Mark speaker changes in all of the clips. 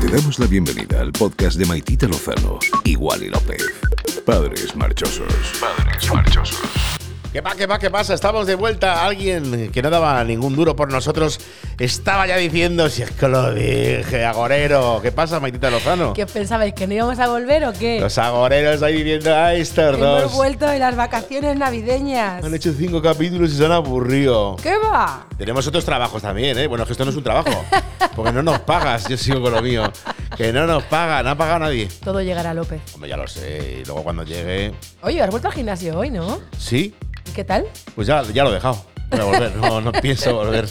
Speaker 1: Te damos la bienvenida al podcast de Maitita Lozano y Wally López. Padres marchosos. Padres marchosos.
Speaker 2: ¿Qué va, qué va, qué pasa? Estamos de vuelta. Alguien que no daba ningún duro por nosotros estaba ya diciendo, si es que lo dije, agorero. ¿Qué pasa, Maitita Lozano?
Speaker 3: ¿Qué os pensabais? ¿Que no íbamos a volver o qué?
Speaker 2: Los agoreros ahí viviendo a estos
Speaker 3: Hemos
Speaker 2: dos.
Speaker 3: vuelto de las vacaciones navideñas.
Speaker 2: Han hecho cinco capítulos y se han aburrido.
Speaker 3: ¿Qué va?
Speaker 2: Tenemos otros trabajos también, ¿eh? Bueno, es que esto no es un trabajo. Porque no nos pagas, yo sigo con lo mío. Que no nos paga, no ha pagado nadie.
Speaker 3: Todo llegará López.
Speaker 2: Hombre, ya lo sé. Y luego cuando llegue.
Speaker 3: Oye, has vuelto al gimnasio hoy, ¿no?
Speaker 2: Sí,
Speaker 3: ¿Y qué tal?
Speaker 2: Pues ya, ya lo he dejado. Voy a volver, no, no pienso volver.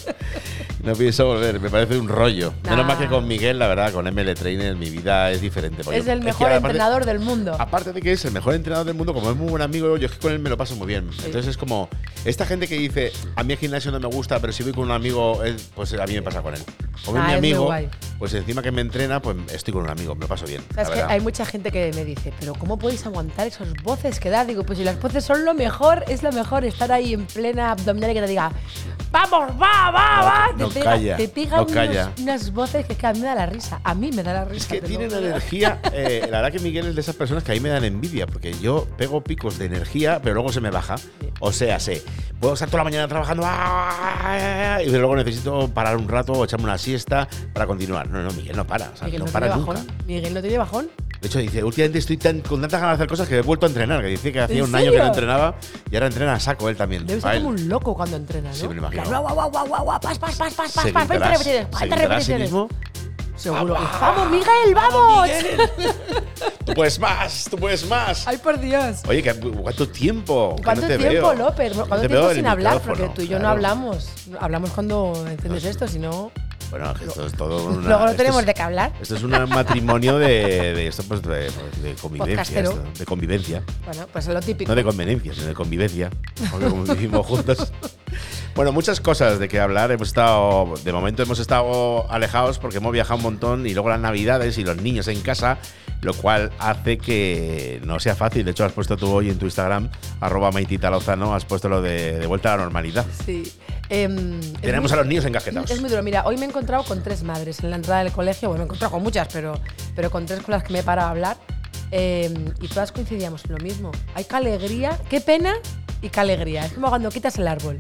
Speaker 2: No pienso volver, me parece un rollo. Menos
Speaker 3: Nah.
Speaker 2: más que con Miguel, la verdad, con ML Trainer mi vida es diferente. porque
Speaker 3: Ah. es el
Speaker 2: que Ah,
Speaker 3: mejor
Speaker 2: aparte-
Speaker 3: entrenador del mundo.
Speaker 2: Aparte de que es el mejor entrenador del mundo, como es muy buen amigo, yo es que con él me lo paso muy bien. Entonces es como, esta gente que dice, a mí el gimnasio no me gusta, pero si voy con un amigo, él- pues a mí me pasa con él. Como
Speaker 3: Ah,
Speaker 2: es mi
Speaker 3: es muy
Speaker 2: amigo,
Speaker 3: guay.
Speaker 2: pues encima que me entrena, pues estoy con un amigo, me lo paso bien.
Speaker 3: Sabes
Speaker 2: la
Speaker 3: que
Speaker 2: verdad.
Speaker 3: hay mucha gente que me dice, pero ¿cómo podéis aguantar esas voces que da? Digo, pues si las voces son lo mejor, es lo mejor estar ahí en plena abdominal y que te diga, vamos, va, va,
Speaker 2: No,
Speaker 3: va.
Speaker 2: no
Speaker 3: te pega,
Speaker 2: calla,
Speaker 3: te pega
Speaker 2: no
Speaker 3: unos-
Speaker 2: calla.
Speaker 3: unas voces que, es que a mí me da la risa. A mí me da la risa.
Speaker 2: Es que
Speaker 3: te lo
Speaker 2: tiene una
Speaker 3: juro.
Speaker 2: energía. eh, la verdad que Miguel es de esas personas que a mí me dan envidia, porque yo pego picos de energía, pero luego se me baja. O sea, sé, puedo estar toda la mañana trabajando ¡ah! y luego necesito parar un rato o echarme una siesta para continuar. No, no, Miguel no para. o sea,
Speaker 3: Miguel
Speaker 2: no
Speaker 3: no
Speaker 2: para
Speaker 3: tiene
Speaker 2: nunca.
Speaker 3: bajón. Miguel no tiene bajón.
Speaker 2: De hecho, dice, últimamente estoy tan, con tantas ganas de hacer cosas que he vuelto a entrenar. Que dice que hacía
Speaker 3: ¿En
Speaker 2: un año que no
Speaker 3: serio?
Speaker 2: entrenaba y ahora entrena a saco él también.
Speaker 3: Debe
Speaker 2: Va
Speaker 3: ser
Speaker 2: él.
Speaker 3: como un loco cuando entrena, ¿no?
Speaker 2: Sí, me lo imagino.
Speaker 3: Claro, guau, guau, guau, guau, guau, pas, pas, pas, pas,
Speaker 2: Se
Speaker 3: pas, pas, 20
Speaker 2: gritará-
Speaker 3: repeticiones,
Speaker 2: se
Speaker 3: 40
Speaker 2: gritará a sí
Speaker 3: repeticiones.
Speaker 2: mismo.
Speaker 3: Seguro que- ¡Vamos, Miguel, vamos!
Speaker 2: Tú puedes más, tú puedes más.
Speaker 3: ¡Ay, por Dios!
Speaker 2: Oye, que- ¿cuánto tiempo? que
Speaker 3: ¿Cuánto
Speaker 2: no te
Speaker 3: tiempo,
Speaker 2: veo?
Speaker 3: López?
Speaker 2: No
Speaker 3: ¿Cuánto
Speaker 2: te
Speaker 3: tiempo
Speaker 2: veo en
Speaker 3: sin
Speaker 2: el
Speaker 3: hablar?
Speaker 2: micrófono,
Speaker 3: Porque tú y yo no
Speaker 2: claro.
Speaker 3: hablamos. Hablamos cuando entiendes
Speaker 2: No.
Speaker 3: esto, si no…
Speaker 2: Bueno, que esto es todo una-
Speaker 3: Luego no
Speaker 2: esto
Speaker 3: tenemos
Speaker 2: es-
Speaker 3: de qué hablar.
Speaker 2: Esto es un matrimonio de, de esto, pues, de, de convivencia.
Speaker 3: Podcastero.
Speaker 2: esto, de convivencia.
Speaker 3: Bueno, pues lo típico.
Speaker 2: No de conveniencia, sino de convivencia. Porque como vivimos juntos. Bueno, muchas cosas de qué hablar. Hemos estado, de momento hemos estado alejados porque hemos viajado un montón y luego las navidades y los niños en casa, lo cual hace que no sea fácil. De hecho, has puesto tú hoy en tu Instagram, arroba Maitita Lozano, has puesto lo de, de vuelta a la normalidad.
Speaker 3: Sí. Em, es
Speaker 2: Tenemos
Speaker 3: muy-
Speaker 2: a los niños encajetados.
Speaker 3: Es muy duro. Mira, hoy me he encontrado con tres madres en la entrada del colegio. Bueno, me he encontrado con muchas, pero, pero con tres con las que me he parado a hablar. Eh, y todas coincidíamos en lo mismo. Hay que alegría, qué pena y qué alegría. Es como cuando quitas el árbol.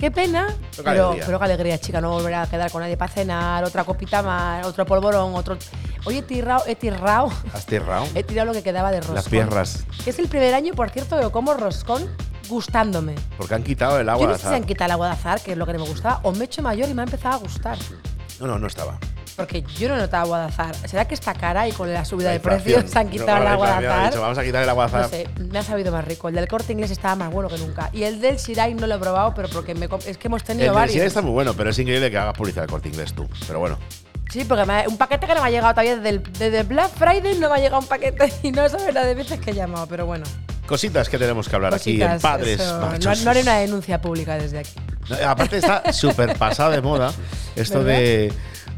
Speaker 3: Qué pena,
Speaker 2: Pero qué
Speaker 3: pero,
Speaker 2: alegría.
Speaker 3: pero qué alegría, chica. No volver a quedar con nadie para cenar, otra copita más, otro polvorón, otro. Hoy he tirado, he tirado,
Speaker 2: ¿Has tirado?
Speaker 3: he tirado lo que quedaba de roscón.
Speaker 2: Las piernas.
Speaker 3: Que es el primer año, por cierto, que como roscón gustándome.
Speaker 2: Porque han quitado el
Speaker 3: Yo
Speaker 2: agua.
Speaker 3: no
Speaker 2: la
Speaker 3: sé si se han quitado el agua de azar, que es lo que no me gustaba, o me he hecho mayor y me ha empezado a gustar.
Speaker 2: No, no, no estaba.
Speaker 3: Porque yo no notaba agua de azar. ¿Será que está cara y con la subida
Speaker 2: La
Speaker 3: de
Speaker 2: inflación.
Speaker 3: precios se han
Speaker 2: Yo
Speaker 3: quitado
Speaker 2: creo
Speaker 3: el
Speaker 2: que
Speaker 3: agua de
Speaker 2: habían dicho,
Speaker 3: azar?
Speaker 2: Vamos a quitar el agua de
Speaker 3: No
Speaker 2: azar.
Speaker 3: sé, me ha sabido más rico. El del corte inglés estaba más bueno que nunca. Y el del Shirai no lo he probado, pero porque me, com- es que hemos
Speaker 2: El
Speaker 3: tenido
Speaker 2: del
Speaker 3: varios.
Speaker 2: Sierra está muy bueno, pero es increíble que hagas publicidad el corte inglés tú. Pero bueno,
Speaker 3: Sí, porque me ha- un paquete que no me ha llegado todavía desde, el, desde el Black Friday no me ha llegado un paquete y no sabes la de veces que he llamado, pero bueno.
Speaker 2: cositas que tenemos que hablar aquí en
Speaker 3: cositas,
Speaker 2: Padres
Speaker 3: eso. no,
Speaker 2: Marchosos.
Speaker 3: no haré una denuncia pública desde aquí.
Speaker 2: No, Aparte está súper pasado de moda esto
Speaker 3: ¿Verdad?
Speaker 2: de...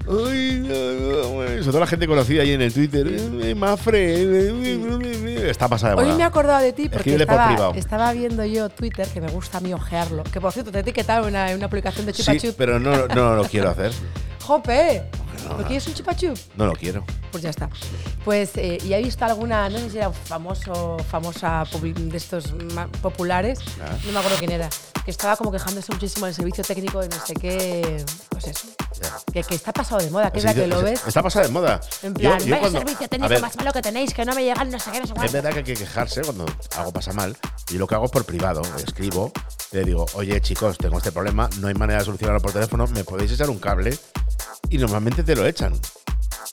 Speaker 2: Uy, no, no, bueno, sobre todo la gente conocida ahí en el Twitter. eh, eh, Mafre. eh, eh, eh, Está pasada de moda.
Speaker 3: Hoy me he acordado de ti porque
Speaker 2: Escríbele por privado.
Speaker 3: estaba, estaba viendo yo Twitter, que me gusta a mí ojearlo. Que por cierto, te he etiquetado en una, en una publicación de Chupa
Speaker 2: Sí,
Speaker 3: Chup.
Speaker 2: pero no, no lo quiero hacer.
Speaker 3: ¡Jope! ¿No quieres un Chupa Chup?
Speaker 2: No lo quiero.
Speaker 3: Pues ya está. Pues, eh, y he visto alguna, no sé si era un famoso, famosa publi- de estos ma- populares,
Speaker 2: Ah.
Speaker 3: no me acuerdo quién era, que estaba como quejándose muchísimo del servicio técnico de no sé qué, pues eso,
Speaker 2: Ya.
Speaker 3: que, que está pasado de moda, que es la que lo ves,
Speaker 2: Está pasada de moda.
Speaker 3: en
Speaker 2: Yo-
Speaker 3: plan,
Speaker 2: yo
Speaker 3: vaya
Speaker 2: cuando-
Speaker 3: servicio
Speaker 2: a ver,
Speaker 3: técnico más malo que tenéis, que no me llegan no sé qué, no sé
Speaker 2: Es
Speaker 3: cuánto.
Speaker 2: verdad que hay que quejarse cuando algo pasa mal. Yo lo que hago es por privado, escribo, le digo, oye chicos, tengo este problema, no hay manera de solucionarlo por teléfono, me podéis echar un cable. Y normalmente te lo echan.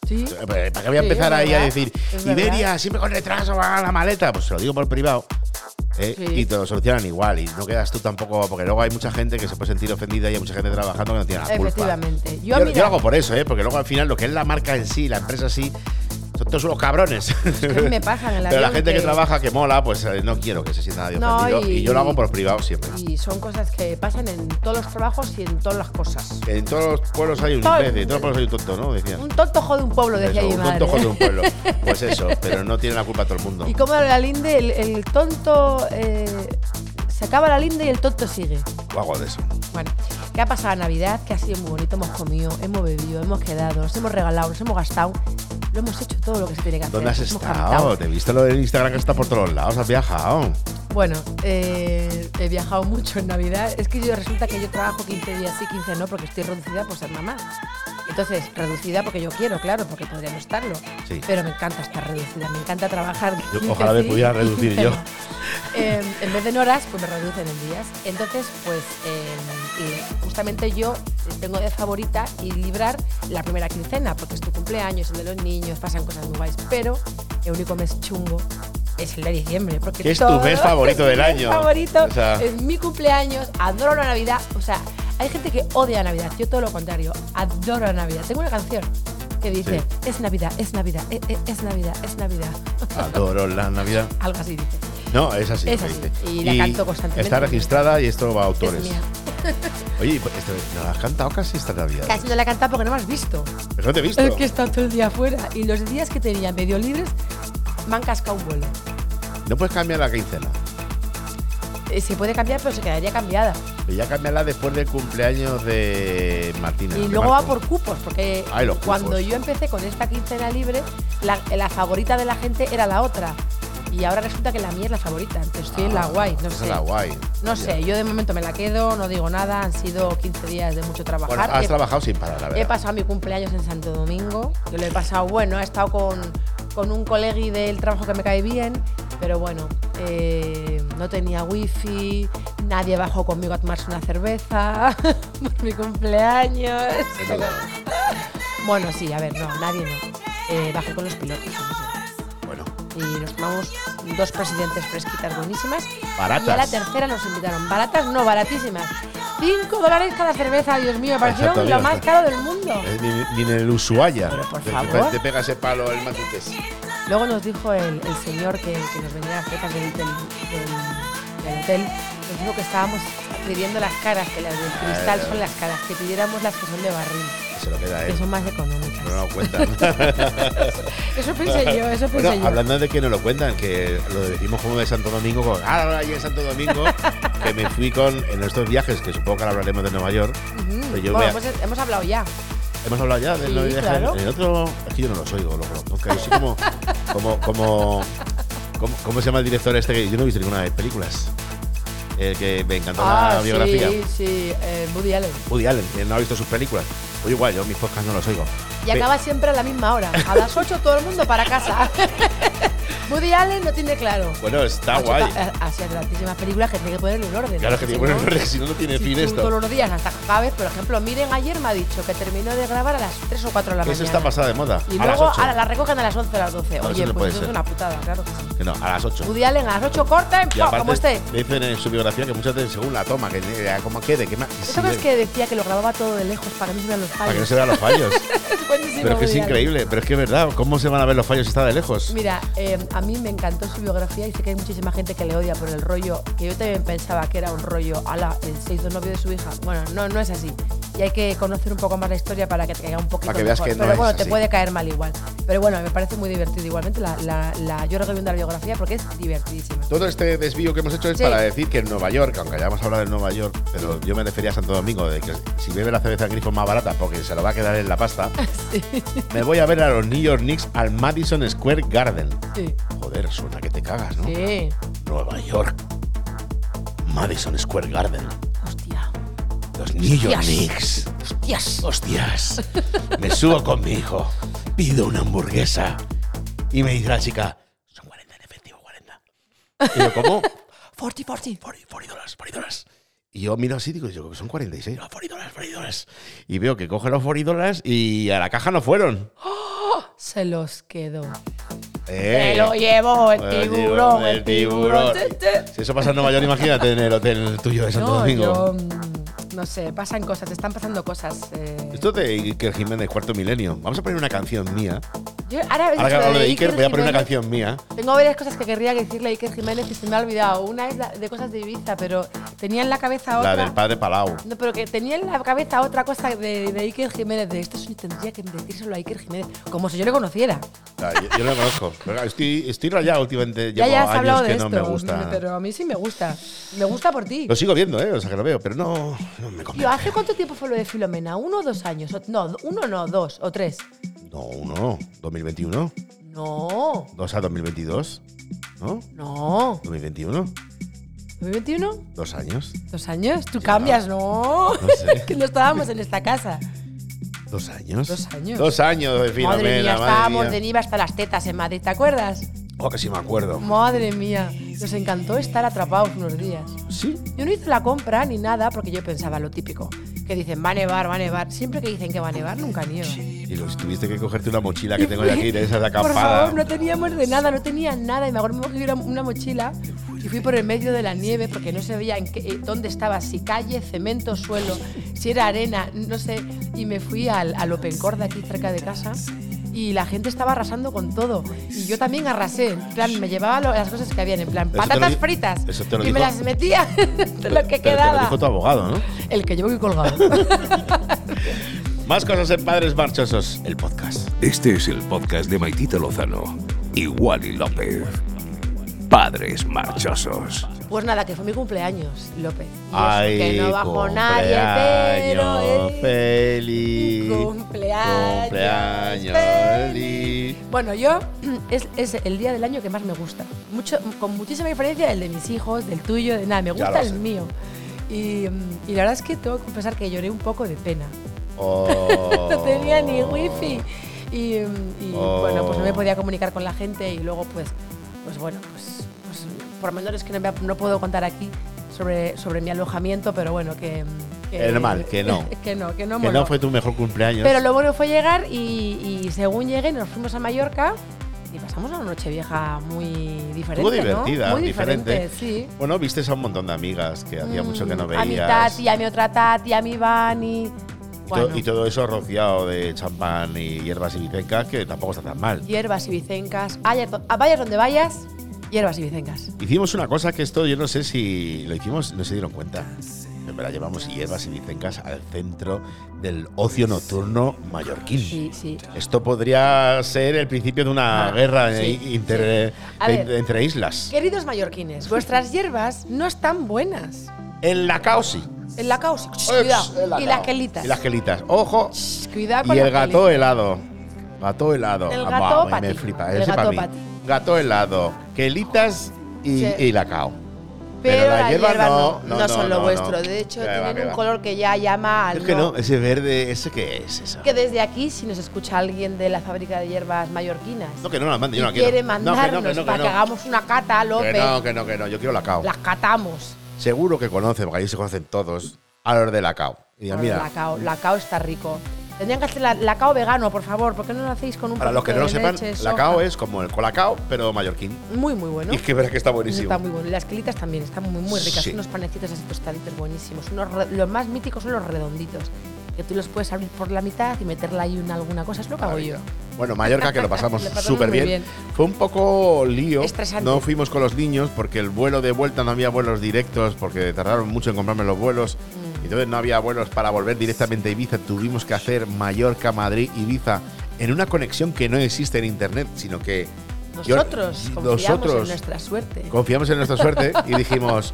Speaker 3: Sí,
Speaker 2: Eh, ¿Para qué voy a
Speaker 3: Sí,
Speaker 2: empezar
Speaker 3: es
Speaker 2: ahí a
Speaker 3: verdad,
Speaker 2: decir,
Speaker 3: es verdad.
Speaker 2: Iberia, siempre con retraso, va la maleta? Pues se lo digo por privado. eh,
Speaker 3: Sí.
Speaker 2: Y te lo solucionan igual. Y no quedas tú tampoco, porque luego hay mucha gente que se puede sentir ofendida y hay mucha gente trabajando que no tiene la culpa.
Speaker 3: efectivamente.
Speaker 2: Yo,
Speaker 3: Yo,
Speaker 2: yo
Speaker 3: mira,
Speaker 2: lo hago por eso, ¿eh? porque luego al final lo que es la marca en sí, la empresa en sí, son todos unos cabrones.
Speaker 3: que me pasan en el
Speaker 2: Pero la
Speaker 3: avión
Speaker 2: gente que,
Speaker 3: que-
Speaker 2: trabaja, que mola, pues eh, no quiero que se sienta nadie
Speaker 3: No,
Speaker 2: ofendido. Y,
Speaker 3: y-
Speaker 2: yo lo hago por privado siempre.
Speaker 3: Y son cosas que pasan en todos los trabajos y en todas las cosas.
Speaker 2: En todos los pueblos hay un
Speaker 3: Todo-
Speaker 2: imbécil, en todos los pueblos hay un tonto, ¿no? Decían.
Speaker 3: Un tonto jode un pueblo, decía
Speaker 2: Eso,
Speaker 3: mi
Speaker 2: un
Speaker 3: madre.
Speaker 2: tonto de un pueblo. Pues eso, pero no tiene la culpa todo el mundo.
Speaker 3: Y como la Linde, el, el tonto eh, se acaba la linda y el tonto sigue.
Speaker 2: O hago de eso.
Speaker 3: Bueno, ¿qué ha pasado Navidad? Que ha sido muy bonito, hemos comido, hemos bebido, hemos quedado, nos hemos regalado, nos hemos gastado. Lo hemos hecho todo lo que se tiene que hacer.
Speaker 2: ¿Dónde has
Speaker 3: nos hemos
Speaker 2: estado?
Speaker 3: cantado.
Speaker 2: Te he visto lo del Instagram que está por todos lados. Has viajado.
Speaker 3: Bueno, eh, he viajado mucho en Navidad. Es que yo resulta que yo trabajo 15 días sí, 15 no, porque estoy reducida por ser mamá. Entonces, reducida porque yo quiero, claro, porque podría no estarlo.
Speaker 2: Sí.
Speaker 3: Pero me encanta estar reducida, me encanta trabajar.
Speaker 2: Yo
Speaker 3: 15
Speaker 2: ojalá me
Speaker 3: sí,
Speaker 2: pudiera reducir
Speaker 3: 15
Speaker 2: yo.
Speaker 3: no. Eh, en vez de en horas, pues me reducen en días. Entonces, pues eh, y justamente yo tengo de favorita y librar la primera quincena, porque es tu cumpleaños, el de los niños, pasan cosas muy guays, pero el único mes chungo es el de diciembre. Porque
Speaker 2: Que es tu
Speaker 3: todo-
Speaker 2: mes favorito
Speaker 3: es mi
Speaker 2: del
Speaker 3: mes
Speaker 2: año.
Speaker 3: favorito,
Speaker 2: O sea-
Speaker 3: es mi cumpleaños, adoro la Navidad, o sea, hay gente que odia la Navidad, yo todo lo contrario, adoro la Navidad. Tengo una canción que dice, es Navidad, es Navidad, eh, eh, es Navidad, es Navidad,
Speaker 2: Adoro la Navidad.
Speaker 3: algo así dice.
Speaker 2: No, es así.
Speaker 3: Es
Speaker 2: lo
Speaker 3: así,
Speaker 2: dice.
Speaker 3: y la canto constantemente.
Speaker 2: Está registrada y esto va a
Speaker 3: Es
Speaker 2: autores.
Speaker 3: mía.
Speaker 2: Oye, pues, este, ¿no la has cantado casi esta Navidad?
Speaker 3: Casi no la he cantado porque no me has visto.
Speaker 2: Pues no te he visto.
Speaker 3: Es que he estado todo el día afuera y los días que tenía medio libres me han cascado un vuelo.
Speaker 2: No puedes cambiar la quincena.
Speaker 3: Eh, Se puede cambiar, pero se quedaría cambiada.
Speaker 2: Pero ya cambiarla después del cumpleaños de Martina.
Speaker 3: Y
Speaker 2: de
Speaker 3: luego va
Speaker 2: Marco.
Speaker 3: por cupos, porque
Speaker 2: Ay, los
Speaker 3: cuando
Speaker 2: cupos.
Speaker 3: yo empecé con esta quincena libre, la, la favorita de la gente era la otra. Y ahora resulta que la mía es la favorita. Entonces estoy en la
Speaker 2: Ah,
Speaker 3: guay, no
Speaker 2: esa
Speaker 3: sé.
Speaker 2: Es la guay.
Speaker 3: No
Speaker 2: Ya.
Speaker 3: sé, yo de momento me la quedo, no digo nada, han sido 15 días de mucho trabajar.
Speaker 2: Bueno, has
Speaker 3: He-
Speaker 2: trabajado sin parar, la
Speaker 3: eh. He
Speaker 2: verdad.
Speaker 3: pasado mi cumpleaños en Santo Domingo, que lo he pasado bueno, he estado con, con un colegui del trabajo que me cae bien, pero bueno, eh, no tenía wifi, nadie bajó conmigo a tomarse una cerveza por mi cumpleaños. Bueno, sí, a ver, no, nadie no. Eh, bajé con los pilotos.
Speaker 2: Bueno,
Speaker 3: Y nos tomamos dos presidentes fresquitas buenísimas. Y a la
Speaker 2: Baratas.
Speaker 3: tercera nos invitaron. Baratas, no, baratísimas. 5 dólares cada cerveza, Dios mío, me parecieron
Speaker 2: Exacto,
Speaker 3: lo más
Speaker 2: Dios.
Speaker 3: caro del mundo.
Speaker 2: eh, ni, ni en el Ushuaia.
Speaker 3: Pero, por
Speaker 2: te,
Speaker 3: favor.
Speaker 2: te pega ese palo el matutés.
Speaker 3: Luego nos dijo el, el señor que, que nos vendía las cejas del, del- del- del hotel, nos dijo que estábamos pidiendo las caras, que las del cristal
Speaker 2: Eh.
Speaker 3: son las caras, que pidiéramos las que son de barril,
Speaker 2: Se lo queda
Speaker 3: que
Speaker 2: él.
Speaker 3: son más económicas.
Speaker 2: No lo cuentan.
Speaker 3: Eso pensé yo, eso pensé
Speaker 2: bueno,
Speaker 3: yo.
Speaker 2: hablando de que no lo cuentan, que lo decimos como de Santo Domingo, con, ah, ahora en Santo Domingo, que me fui con, en nuestros viajes, que supongo que ahora hablaremos de Nueva York,
Speaker 3: Ujú.
Speaker 2: pero pues yo
Speaker 3: Bueno,
Speaker 2: voy a-
Speaker 3: hemos, hemos hablado ya.
Speaker 2: Hemos hablado ya del
Speaker 3: Sí,
Speaker 2: novio de Jaime.
Speaker 3: claro.
Speaker 2: El otro, es que yo no los oigo, los podcasts. Yo soy como, como, como, como- ¿Cómo se llama el director este? que Yo no he visto ninguna de las películas. El que me encantó la biografía.
Speaker 3: Ah, sí, sí, eh, Woody Allen.
Speaker 2: Woody Allen, él no ha visto sus películas. Pues igual, yo mis podcasts no los oigo.
Speaker 3: Y
Speaker 2: Pe-
Speaker 3: acaba siempre a la misma hora. A las 8 todo el mundo para casa. Woody Allen no tiene claro.
Speaker 2: Bueno, está
Speaker 3: Ocho
Speaker 2: Ah, guay.
Speaker 3: ca- eh, Hacia tantísimas películas que tiene que poner en orden.
Speaker 2: Claro que
Speaker 3: Si
Speaker 2: tiene bueno,
Speaker 3: no-
Speaker 2: porque si no, no tiene fin
Speaker 3: tú
Speaker 2: esto.
Speaker 3: Todos los días hasta que acabes, por ejemplo, miren, ayer me ha dicho que terminó de grabar a las 3 o 4 de la mañana.
Speaker 2: Eso está pasada de moda.
Speaker 3: Y
Speaker 2: a las
Speaker 3: luego
Speaker 2: 8.
Speaker 3: ahora la recogen a las 11 o las 12.
Speaker 2: No, eso
Speaker 3: Oye,
Speaker 2: no puede
Speaker 3: pues eso es
Speaker 2: ser.
Speaker 3: una putada, claro que sí.
Speaker 2: Que no, a las 8.
Speaker 3: Woody Allen a las 8 corta,
Speaker 2: Y
Speaker 3: ¡pum!
Speaker 2: aparte,
Speaker 3: como este. esté.
Speaker 2: dicen en su biografía que muchas veces según la toma, que eh, como quede, que más.
Speaker 3: Eso no es que decía que lo grababa todo de lejos para que no se vean los
Speaker 2: Para que no
Speaker 3: fallos.
Speaker 2: se vean los fallos.
Speaker 3: Es buenísimo,
Speaker 2: Pero es que es
Speaker 3: Woody Allen.
Speaker 2: increíble, pero es que es verdad, ¿cómo se van a ver los fallos si está de lejos?
Speaker 3: Mira, eh, a mí me encantó su biografía y sé que hay muchísima gente que le odia por el rollo, que yo también pensaba que era un rollo, ala, el se hizo novio de su hija. Bueno, no, no es así. Y hay que conocer un poco más la historia para que te caiga un poquito
Speaker 2: Para que veas
Speaker 3: mejor.
Speaker 2: que no
Speaker 3: Pero
Speaker 2: es
Speaker 3: bueno, te
Speaker 2: así.
Speaker 3: puede caer mal igual. Pero bueno, me parece muy divertido igualmente. La, la, la- yo recomiendo la biografía porque es divertidísima.
Speaker 2: Todo este desvío que hemos hecho es
Speaker 3: Sí.
Speaker 2: para decir que en Nueva York, aunque hayamos hablado de Nueva York, pero yo me refería a Santo Domingo, de que si bebe la cerveza grifo más barata porque se lo va a quedar en la pasta, me voy a ver a los New York Knicks al Madison Square Garden.
Speaker 3: Sí.
Speaker 2: Joder, suena que te cagas, ¿no?
Speaker 3: Sí.
Speaker 2: Nueva York. Madison Square Garden.
Speaker 3: Hostia.
Speaker 2: Los New York
Speaker 3: Hostias.
Speaker 2: Knicks.
Speaker 3: Hostias.
Speaker 2: Hostias, me subo con mi hijo, pido una hamburguesa y me dice la chica, son 40 en efectivo, 40. Y yo, ¿cómo?
Speaker 3: 40, 40.
Speaker 2: 40, 40 dólares, 40 dólares. Y yo miro así digo, yo, son 46, no, 40 dólares, 40 dólares. Y veo que coge los 40 dólares y a la caja no fueron.
Speaker 3: Se los quedó.
Speaker 2: Eh,
Speaker 3: Se lo llevó el
Speaker 2: bueno, digo,
Speaker 3: tiburón.
Speaker 2: el tiburón. Si eso pasa en Nueva York, imagínate en el hotel tuyo de Santo
Speaker 3: No,
Speaker 2: Domingo.
Speaker 3: yo, mm, no sé, pasan cosas, están pasando cosas. eh.
Speaker 2: Esto de Iker Jiménez, cuarto milenio. Vamos a poner una canción mía
Speaker 3: Yo ahora,
Speaker 2: Ahora que
Speaker 3: lo
Speaker 2: hablo de
Speaker 3: Iker
Speaker 2: Iker, voy a poner una
Speaker 3: Jiménez.
Speaker 2: canción mía.
Speaker 3: Tengo varias cosas que querría decirle a Iker Jiménez y se me ha olvidado. Una es la- de cosas de Ibiza, pero tenía en la cabeza otra.
Speaker 2: La del padre Palau.
Speaker 3: No, pero que tenía en la cabeza otra cosa de, de Iker Jiménez. De esto sí tendría que decírselo a Iker Jiménez, como si yo le conociera.
Speaker 2: Ah, Yo, yo no la conozco. Pero claro, Estoy, estoy rayado últimamente.
Speaker 3: Ya,
Speaker 2: Llevo
Speaker 3: ya has
Speaker 2: años
Speaker 3: hablado
Speaker 2: que
Speaker 3: de
Speaker 2: no
Speaker 3: esto, mm,
Speaker 2: me gusta.
Speaker 3: pero a mí sí me gusta. Me gusta por ti.
Speaker 2: Lo sigo viendo, ¿eh? O sea, que lo veo, pero no, no me
Speaker 3: Tío,
Speaker 2: convence.
Speaker 3: ¿hace cuánto tiempo fue lo de Filomena? ¿Uno o dos años? O- No, uno no, dos o tres.
Speaker 2: No, no. 2021.
Speaker 3: No,
Speaker 2: 2 a 2022. ¿No?
Speaker 3: no.
Speaker 2: 2021.
Speaker 3: ¿2021?
Speaker 2: Dos años.
Speaker 3: ¿Dos años? Tú cambias, no.
Speaker 2: No sé.
Speaker 3: que no estábamos en esta casa.
Speaker 2: Dos años.
Speaker 3: Dos años.
Speaker 2: Dos años de Filomena.
Speaker 3: madre mía,
Speaker 2: madre
Speaker 3: estábamos
Speaker 2: mía.
Speaker 3: de nieve hasta las tetas en Madrid, ¿te acuerdas?
Speaker 2: Oh, que sí me acuerdo.
Speaker 3: Madre mía, nos encantó estar atrapados unos días.
Speaker 2: Sí.
Speaker 3: Yo no hice la compra ni nada porque yo pensaba lo típico, que dicen va a nevar, va a nevar. Siempre que dicen que va a nevar, nunca nieva.
Speaker 2: Y lo, tuviste que cogerte una mochila que tengo yo aquí, de esas de
Speaker 3: Por
Speaker 2: acampada.
Speaker 3: favor, no teníamos de nada, no tenía nada. Y me acuerdo que cogí una, una mochila y fui por el medio de la nieve porque no se veía en qué- eh, dónde estaba, si calle, cemento, suelo, si era arena, no sé. Y me fui al, al Open Core de aquí cerca de casa y la gente estaba arrasando con todo. Y yo también arrasé, en plan, me llevaba lo- las cosas que habían, en plan,
Speaker 2: Eso te lo
Speaker 3: patatas
Speaker 2: di-
Speaker 3: fritas.
Speaker 2: eso te lo
Speaker 3: y me
Speaker 2: dijo-
Speaker 3: las metía, de
Speaker 2: Pero- pero
Speaker 3: lo que
Speaker 2: Te lo
Speaker 3: quedaba.
Speaker 2: dijo tu abogado, ¿no?
Speaker 3: El que llevo aquí colgado.
Speaker 2: Más cosas en Padres Marchosos, el podcast.
Speaker 1: Este es el podcast de Maitita Lozano y Wally López. Padres marchosos.
Speaker 3: Pues nada, que fue mi cumpleaños, López. Y eso,
Speaker 2: Ay,
Speaker 3: que no bajó nadie, pero.
Speaker 2: cumpleaños
Speaker 3: eh,
Speaker 2: feliz.
Speaker 3: Cumpleaños
Speaker 2: Cumpleaños feliz.
Speaker 3: Bueno, yo es, es el día del año que más me gusta. Mucho, con muchísima diferencia del de mis hijos, del tuyo, de nada. Me
Speaker 2: lo
Speaker 3: gusta el
Speaker 2: sé.
Speaker 3: mío. Y, mm, y la verdad es que tengo que confesar que lloré un poco de pena.
Speaker 2: Oh.
Speaker 3: No tenía ni wifi. Y, mm, y,
Speaker 2: Oh.
Speaker 3: bueno, pues no me podía comunicar con la gente y luego pues, pues bueno, pues, pues pormenores que no, me- no puedo contar aquí sobre, sobre mi alojamiento, pero bueno, que...
Speaker 2: Que normal, que no.
Speaker 3: que no, que no
Speaker 2: Que
Speaker 3: moló.
Speaker 2: no fue tu mejor cumpleaños.
Speaker 3: Pero lo bueno fue llegar y, y según llegué nos fuimos a Mallorca y pasamos una noche vieja muy diferente.
Speaker 2: Estuvo
Speaker 3: ¿no?
Speaker 2: divertida,
Speaker 3: Muy diferente,
Speaker 2: diferente.
Speaker 3: sí.
Speaker 2: Bueno, viste a un montón de amigas que hacía mucho que no
Speaker 3: Mm, A mi
Speaker 2: veías.
Speaker 3: Tati, a mi otra Tati, a mi Vani.
Speaker 2: Y to-
Speaker 3: Bueno,
Speaker 2: Y todo eso rociado de champán y hierbas y bicecas, que tampoco está tan mal.
Speaker 3: hierbas y vicencas. Haya to- a- Vayas donde vayas, hierbas y vicencas.
Speaker 2: Hicimos una cosa que esto yo no sé si lo hicimos, no se dieron cuenta. En verdad, llevamos hierbas y bicencas al centro del ocio nocturno mallorquín.
Speaker 3: Sí, sí.
Speaker 2: Esto podría ser el principio de una guerra
Speaker 3: Ah, sí,
Speaker 2: i- inter-
Speaker 3: A ver.
Speaker 2: de- entre islas.
Speaker 3: Queridos mallorquines, vuestras hierbas no están buenas.
Speaker 2: En la causi.
Speaker 3: En la causa, cuidado. Y las quelitas.
Speaker 2: Y las quelitas. Ojo.
Speaker 3: Shh, Cuidado con
Speaker 2: Y el
Speaker 3: las
Speaker 2: gato
Speaker 3: quelitas.
Speaker 2: helado. Gato helado.
Speaker 3: El
Speaker 2: Ah,
Speaker 3: gato
Speaker 2: va, me- Me
Speaker 3: pati.
Speaker 2: flipa.
Speaker 3: El
Speaker 2: ese
Speaker 3: gato
Speaker 2: pa' mí.
Speaker 3: pati.
Speaker 2: Gato helado. Quelitas y,
Speaker 3: Sí.
Speaker 2: y la cao.
Speaker 3: Pero, las hierbas, no, no,
Speaker 2: no,
Speaker 3: son
Speaker 2: no,
Speaker 3: lo
Speaker 2: no.
Speaker 3: vuestro. De hecho,
Speaker 2: Que va,
Speaker 3: tienen
Speaker 2: que
Speaker 3: un
Speaker 2: va.
Speaker 3: color que ya llama al.
Speaker 2: Es que no,
Speaker 3: no.
Speaker 2: ese verde, ¿ese qué es? Eso?
Speaker 3: Que desde aquí, si nos escucha alguien de la fábrica de hierbas mallorquinas
Speaker 2: No, que no la mande, yo
Speaker 3: y
Speaker 2: no la quiero.
Speaker 3: quiere
Speaker 2: No, que no, que
Speaker 3: mandarnos
Speaker 2: no, que
Speaker 3: para que
Speaker 2: no.
Speaker 3: hagamos una cata, López,
Speaker 2: Que no, que no, que no, yo quiero la cao.
Speaker 3: las catamos.
Speaker 2: Seguro que conocen, porque ahí se conocen todos, a los de la cao. Y digan,
Speaker 3: Bueno,
Speaker 2: mira,
Speaker 3: La cao, la cao está rico. Tendrían que hacer la, la cao vegano, por favor. ¿Por qué no lo hacéis con un
Speaker 2: para los que no lo
Speaker 3: poquito de
Speaker 2: sepan,
Speaker 3: leche,
Speaker 2: la
Speaker 3: soja?
Speaker 2: cao es como el colacao, pero mallorquín.
Speaker 3: Muy, muy bueno.
Speaker 2: Y es que verás que está buenísimo.
Speaker 3: Está muy bueno. Y las quelitas también están muy, muy ricas.
Speaker 2: Sí.
Speaker 3: Unos panecitos así tostaditos buenísimos. Unos re- los más míticos son los redonditos. Que tú los puedes abrir por la mitad y meterle ahí una, alguna cosa. Es lo que hago yo.
Speaker 2: Bueno, Mallorca, que lo pasamos
Speaker 3: Lo pasamos
Speaker 2: súper
Speaker 3: muy
Speaker 2: bien.
Speaker 3: bien.
Speaker 2: Fue un poco lío.
Speaker 3: Estresante.
Speaker 2: No fuimos con los niños porque el vuelo de vuelta no había vuelos directos porque tardaron mucho en comprarme los vuelos.
Speaker 3: Mm.
Speaker 2: Entonces no había vuelos para volver directamente a Ibiza. Tuvimos que hacer Mallorca, Madrid, Ibiza en una conexión que no existe en internet, sino que yo- mm,
Speaker 3: Nosotros confiamos en
Speaker 2: nosotros
Speaker 3: nuestra suerte.
Speaker 2: confiamos en nuestra suerte y dijimos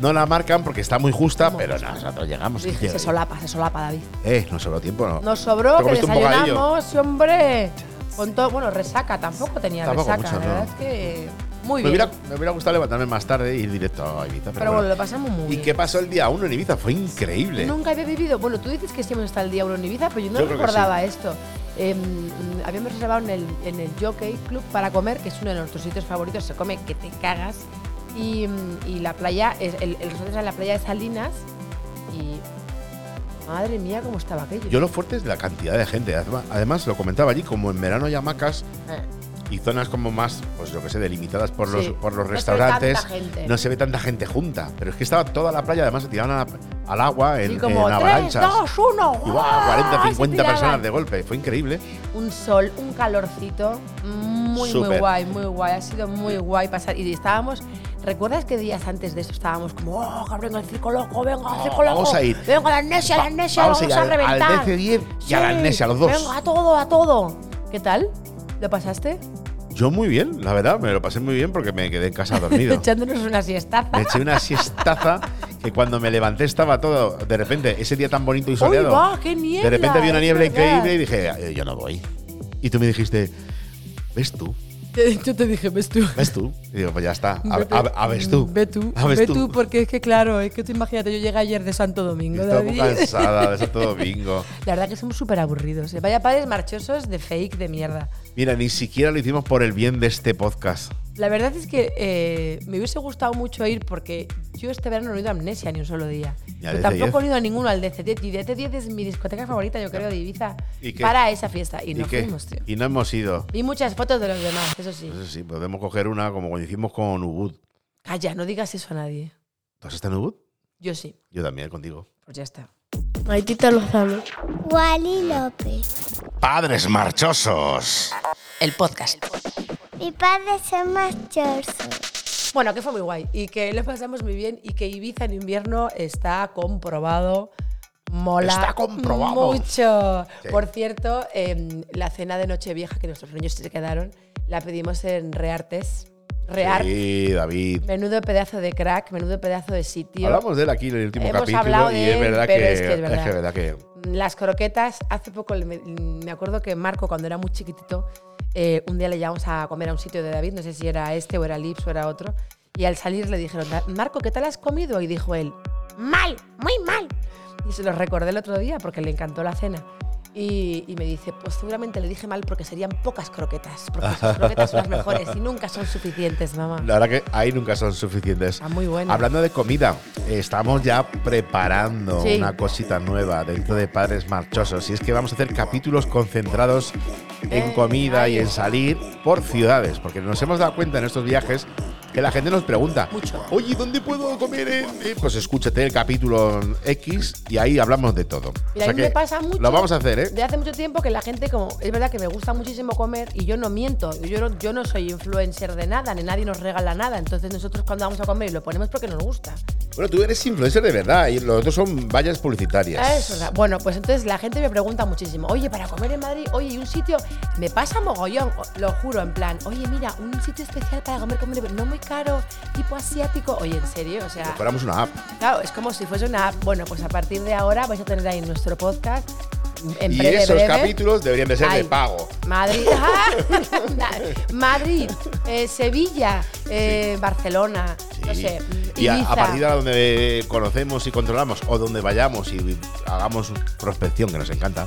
Speaker 2: no la marcan porque está muy justa,
Speaker 3: Vamos.
Speaker 2: pero nosotros llegamos.
Speaker 3: Dije, se solapa, se solapa, David.
Speaker 2: Eh, no sobró tiempo, no.
Speaker 3: Nos sobró
Speaker 2: Te
Speaker 3: que
Speaker 2: comiste un bocadillo.
Speaker 3: desayunamos, sí, hombre. Con todo, bueno, resaca, tampoco tenía
Speaker 2: Tampoco
Speaker 3: resaca.
Speaker 2: mucho,
Speaker 3: la verdad
Speaker 2: no.
Speaker 3: es que muy
Speaker 2: Me
Speaker 3: bien.
Speaker 2: hubiera, me hubiera gustado levantarme más tarde e ir directo a Ibiza. Pero,
Speaker 3: pero
Speaker 2: bueno.
Speaker 3: bueno, lo pasamos muy
Speaker 2: ¿Y
Speaker 3: bien.
Speaker 2: qué pasó el día 1 en Ibiza? Fue increíble.
Speaker 3: Nunca había vivido. Bueno, tú dices que siempre está el día uno en Ibiza, pero yo no
Speaker 2: Yo creo que
Speaker 3: recordaba esto. Eh, mm, habíamos reservado en el, en el Jockey Club para comer, que es uno de nuestros sitios favoritos. Se come que te cagas. Y, mm, y la playa, es- el, el restaurante era en la playa de Salinas. Y. Madre mía, cómo estaba aquello.
Speaker 2: Yo lo fuerte es la cantidad de gente. Además, lo comentaba allí, como en verano hay hamacas,
Speaker 3: Eh.
Speaker 2: y zonas como más, pues yo que sé, delimitadas por los,
Speaker 3: Sí.
Speaker 2: por
Speaker 3: No
Speaker 2: los
Speaker 3: se ve
Speaker 2: restaurantes,
Speaker 3: tanta gente.
Speaker 2: no se ve tanta gente junta. Pero es que estaba toda la playa, además se tiraban a la- al agua en,
Speaker 3: Sí, como
Speaker 2: en
Speaker 3: tres,
Speaker 2: avalanchas.
Speaker 3: dos, uno,
Speaker 2: y
Speaker 3: ¡guau!
Speaker 2: ¡guau! 40,
Speaker 3: Se
Speaker 2: 50
Speaker 3: tiraban.
Speaker 2: personas de golpe. Fue increíble.
Speaker 3: un sol, un calorcito, muy, muy
Speaker 2: Súper.
Speaker 3: guay, muy guay. Ha sido muy guay pasar. Y estábamos, ¿recuerdas que días antes de eso estábamos como, oh, cabrón, el circo loco, venga, el
Speaker 2: Oh,
Speaker 3: circo loco?
Speaker 2: vamos a ir.
Speaker 3: Vengo a la amnesia, a la
Speaker 2: Va-
Speaker 3: amnesia,
Speaker 2: vamos a
Speaker 3: vamos,
Speaker 2: ir
Speaker 3: a,
Speaker 2: al- al
Speaker 3: reventar.
Speaker 2: DC10 y a la amnesia, los dos.
Speaker 3: Venga, a todo, a todo. ¿Qué tal? ¿Lo pasaste?
Speaker 2: Yo muy bien, la verdad, me lo pasé muy bien porque me quedé en casa dormido.
Speaker 3: Echándonos una siestaza.
Speaker 2: Me eché una siestaza que cuando me levanté estaba todo. De repente, ese día tan bonito y
Speaker 3: ¡Uy,
Speaker 2: soleado.
Speaker 3: va! ¡Qué niebla!
Speaker 2: de repente vi una
Speaker 3: es
Speaker 2: niebla
Speaker 3: verdad.
Speaker 2: increíble y dije, "Eh, yo no voy. Y tú me dijiste, ¿ves tú?
Speaker 3: Te- Yo te dije, ves tú.
Speaker 2: ¿Ves tú? Y digo, pues ya está, a,
Speaker 3: Vete-
Speaker 2: a- a ves tú.
Speaker 3: Ve tú,
Speaker 2: A ves
Speaker 3: ve
Speaker 2: tú.
Speaker 3: tú, porque es que claro, es que tú imagínate, yo llegué ayer de Santo Domingo,
Speaker 2: Estaba muy
Speaker 3: David.
Speaker 2: cansada de Santo Domingo.
Speaker 3: La verdad que somos súper aburridos. ¿eh? Vaya padres marchosos de fake de mierda.
Speaker 2: Mira, ni siquiera lo hicimos por el bien de este podcast.
Speaker 3: La verdad es que eh, me hubiese gustado mucho ir porque yo este verano no he ido a Amnesia ni un solo día.
Speaker 2: Ni al
Speaker 3: Pero
Speaker 2: DC10.
Speaker 3: tampoco he ido a ninguno al DC10. Y DC10 es mi discoteca favorita, yo creo, de Ibiza.
Speaker 2: ¿Y qué?
Speaker 3: Para esa fiesta. Y no
Speaker 2: qué?
Speaker 3: fuimos, tío.
Speaker 2: Y no hemos ido.
Speaker 3: Vi muchas fotos de los demás, eso sí.
Speaker 2: No sé si podemos coger una como cuando hicimos con Ubud.
Speaker 3: Calla, no digas eso a nadie.
Speaker 2: ¿Tú has estado en Ubud?
Speaker 3: Yo sí.
Speaker 2: Yo también, contigo.
Speaker 3: Pues ya está.
Speaker 4: Maitita Lozano.
Speaker 5: Wally López.
Speaker 2: ¡Padres marchosos!
Speaker 3: El podcast.
Speaker 5: Mi padre se marchoso.
Speaker 3: Bueno, que fue muy guay y que lo pasamos muy bien y que Ibiza en invierno está comprobado. Mola
Speaker 2: Está comprobado.
Speaker 3: mucho.
Speaker 2: Sí.
Speaker 3: Por cierto, em, la cena de Nochevieja que nuestros niños se quedaron, la pedimos en Reartes. Reart,
Speaker 2: Sí, David.
Speaker 3: menudo pedazo de crack, menudo pedazo de sitio.
Speaker 2: Hablamos de él aquí en el último
Speaker 3: Hemos
Speaker 2: capítulo
Speaker 3: hablado
Speaker 2: y
Speaker 3: de
Speaker 2: es
Speaker 3: él,
Speaker 2: verdad
Speaker 3: pero
Speaker 2: que
Speaker 3: es que es verdad.
Speaker 2: que que
Speaker 3: Las croquetas, hace poco le- me, me acuerdo que Marco, cuando era muy chiquitito, eh, un día le llevamos a comer a un sitio de David, no sé si era este o era Lips o era otro, y al salir le dijeron, "Ma- Marco, ¿qué tal has comido? Y dijo él, mal, muy mal. Y se lo recordé el otro día porque le encantó la cena. Y, y me dice, pues seguramente le dije mal porque serían pocas croquetas, porque sus croquetas son las mejores y nunca son suficientes, mamá.
Speaker 2: la verdad que ahí nunca son suficientes.
Speaker 3: Está muy Ah, bueno.
Speaker 2: Hablando de comida, estamos ya preparando
Speaker 3: Sí.
Speaker 2: una cosita nueva dentro de Padres Marchosos. Y es que vamos a hacer capítulos concentrados en
Speaker 3: Eh,
Speaker 2: comida
Speaker 3: ahí
Speaker 2: y en
Speaker 3: está.
Speaker 2: salir por ciudades. Porque nos hemos dado cuenta en estos viajes que la gente nos pregunta,
Speaker 3: Mucho.
Speaker 2: oye, ¿dónde puedo comer? en- eh?". Pues escúchate el capítulo X y ahí hablamos de todo.
Speaker 3: Mira, a mí me pasa mucho.
Speaker 2: Lo vamos a hacer, ¿eh?
Speaker 3: De hace mucho tiempo que la gente, como es verdad que me gusta muchísimo comer y yo no miento, yo no, yo no soy influencer de nada, ni nadie nos regala nada. Entonces nosotros cuando vamos a comer lo ponemos porque nos gusta.
Speaker 2: Bueno, tú eres influencer de verdad y los otros son vallas publicitarias.
Speaker 3: Es verdad. Bueno, pues entonces la gente me pregunta muchísimo, oye, para comer en Madrid, oye, y un sitio, me pasa mogollón, o- lo juro, en plan, oye, mira, un sitio especial para comer, comer, no muy caro, tipo asiático. Oye, en serio, o sea,
Speaker 2: Fuéramos una app.
Speaker 3: claro, es como si fuese una app. Bueno, pues a partir de ahora vais a tener ahí nuestro podcast. En
Speaker 2: y
Speaker 3: breve,
Speaker 2: esos
Speaker 3: breve.
Speaker 2: capítulos deberían de ser
Speaker 3: Ay.
Speaker 2: de pago.
Speaker 3: Madrid, ¡Ah! Madrid, eh, Sevilla, eh, Barcelona, no
Speaker 2: Sí.
Speaker 3: sé,
Speaker 2: y a- a,
Speaker 3: Ibiza.
Speaker 2: partir de ahora donde conocemos y controlamos o donde vayamos y hagamos prospección que nos encanta,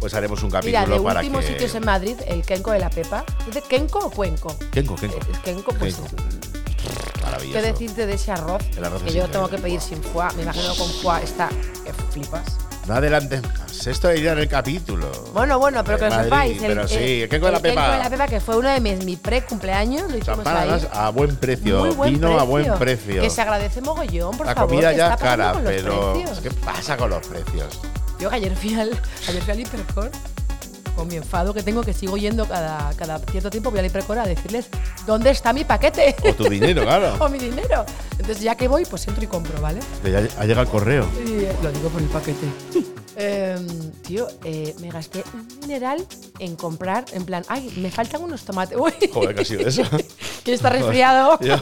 Speaker 2: pues haremos un capítulo
Speaker 3: Mira, de
Speaker 2: para
Speaker 3: últimos
Speaker 2: que
Speaker 3: sitios en Madrid, el Kenko de la Pepa. ¿Dice Kenko o Cuenco?
Speaker 2: Kenko, Kenko.
Speaker 3: El Kenko, pues,
Speaker 2: Kenko.
Speaker 3: ¿qué
Speaker 2: Maravilloso.
Speaker 3: decirte de ese arroz?
Speaker 2: El arroz
Speaker 3: que
Speaker 2: es
Speaker 3: yo
Speaker 2: increíble.
Speaker 3: tengo que pedir sin foie. Me imagino que con foie está que flipas.
Speaker 2: No adelante más. Esto iría en el capítulo.
Speaker 3: Bueno, bueno, pero
Speaker 2: De
Speaker 3: que lo
Speaker 2: Madrid,
Speaker 3: sepáis. eh,
Speaker 2: pero sí, el Kenko de la
Speaker 3: el Kenko
Speaker 2: Pepa.
Speaker 3: de la Pepa, que fue uno de mis mi pre-cumpleaños, lo hicimos
Speaker 2: Champán
Speaker 3: ahí.
Speaker 2: además, a buen precio.
Speaker 3: Muy buen
Speaker 2: Vino
Speaker 3: precio.
Speaker 2: a buen precio.
Speaker 3: Que se agradece mogollón, por
Speaker 2: la
Speaker 3: favor.
Speaker 2: comida
Speaker 3: que
Speaker 2: ya
Speaker 3: está
Speaker 2: es cara,
Speaker 3: pasando con los
Speaker 2: pero
Speaker 3: precios.
Speaker 2: ¿qué pasa con los precios?
Speaker 3: Yo que ayer fui al, ayer fui al Hipercor con mi enfado que tengo que sigo yendo cada, cada cierto tiempo voy al Hipercor a decirles dónde está mi paquete
Speaker 2: O tu dinero, claro.
Speaker 3: o mi dinero. Entonces ya que voy, pues entro y compro, ¿vale?
Speaker 2: Que ya ha llegado el correo.
Speaker 3: Y, eh, lo digo por el paquete. Em, tío, eh, me gasté un mineral en comprar, en plan, ay, me faltan unos tomates. Uy,
Speaker 2: Joder, que ha sido eso.
Speaker 3: que está resfriado.
Speaker 2: Yo-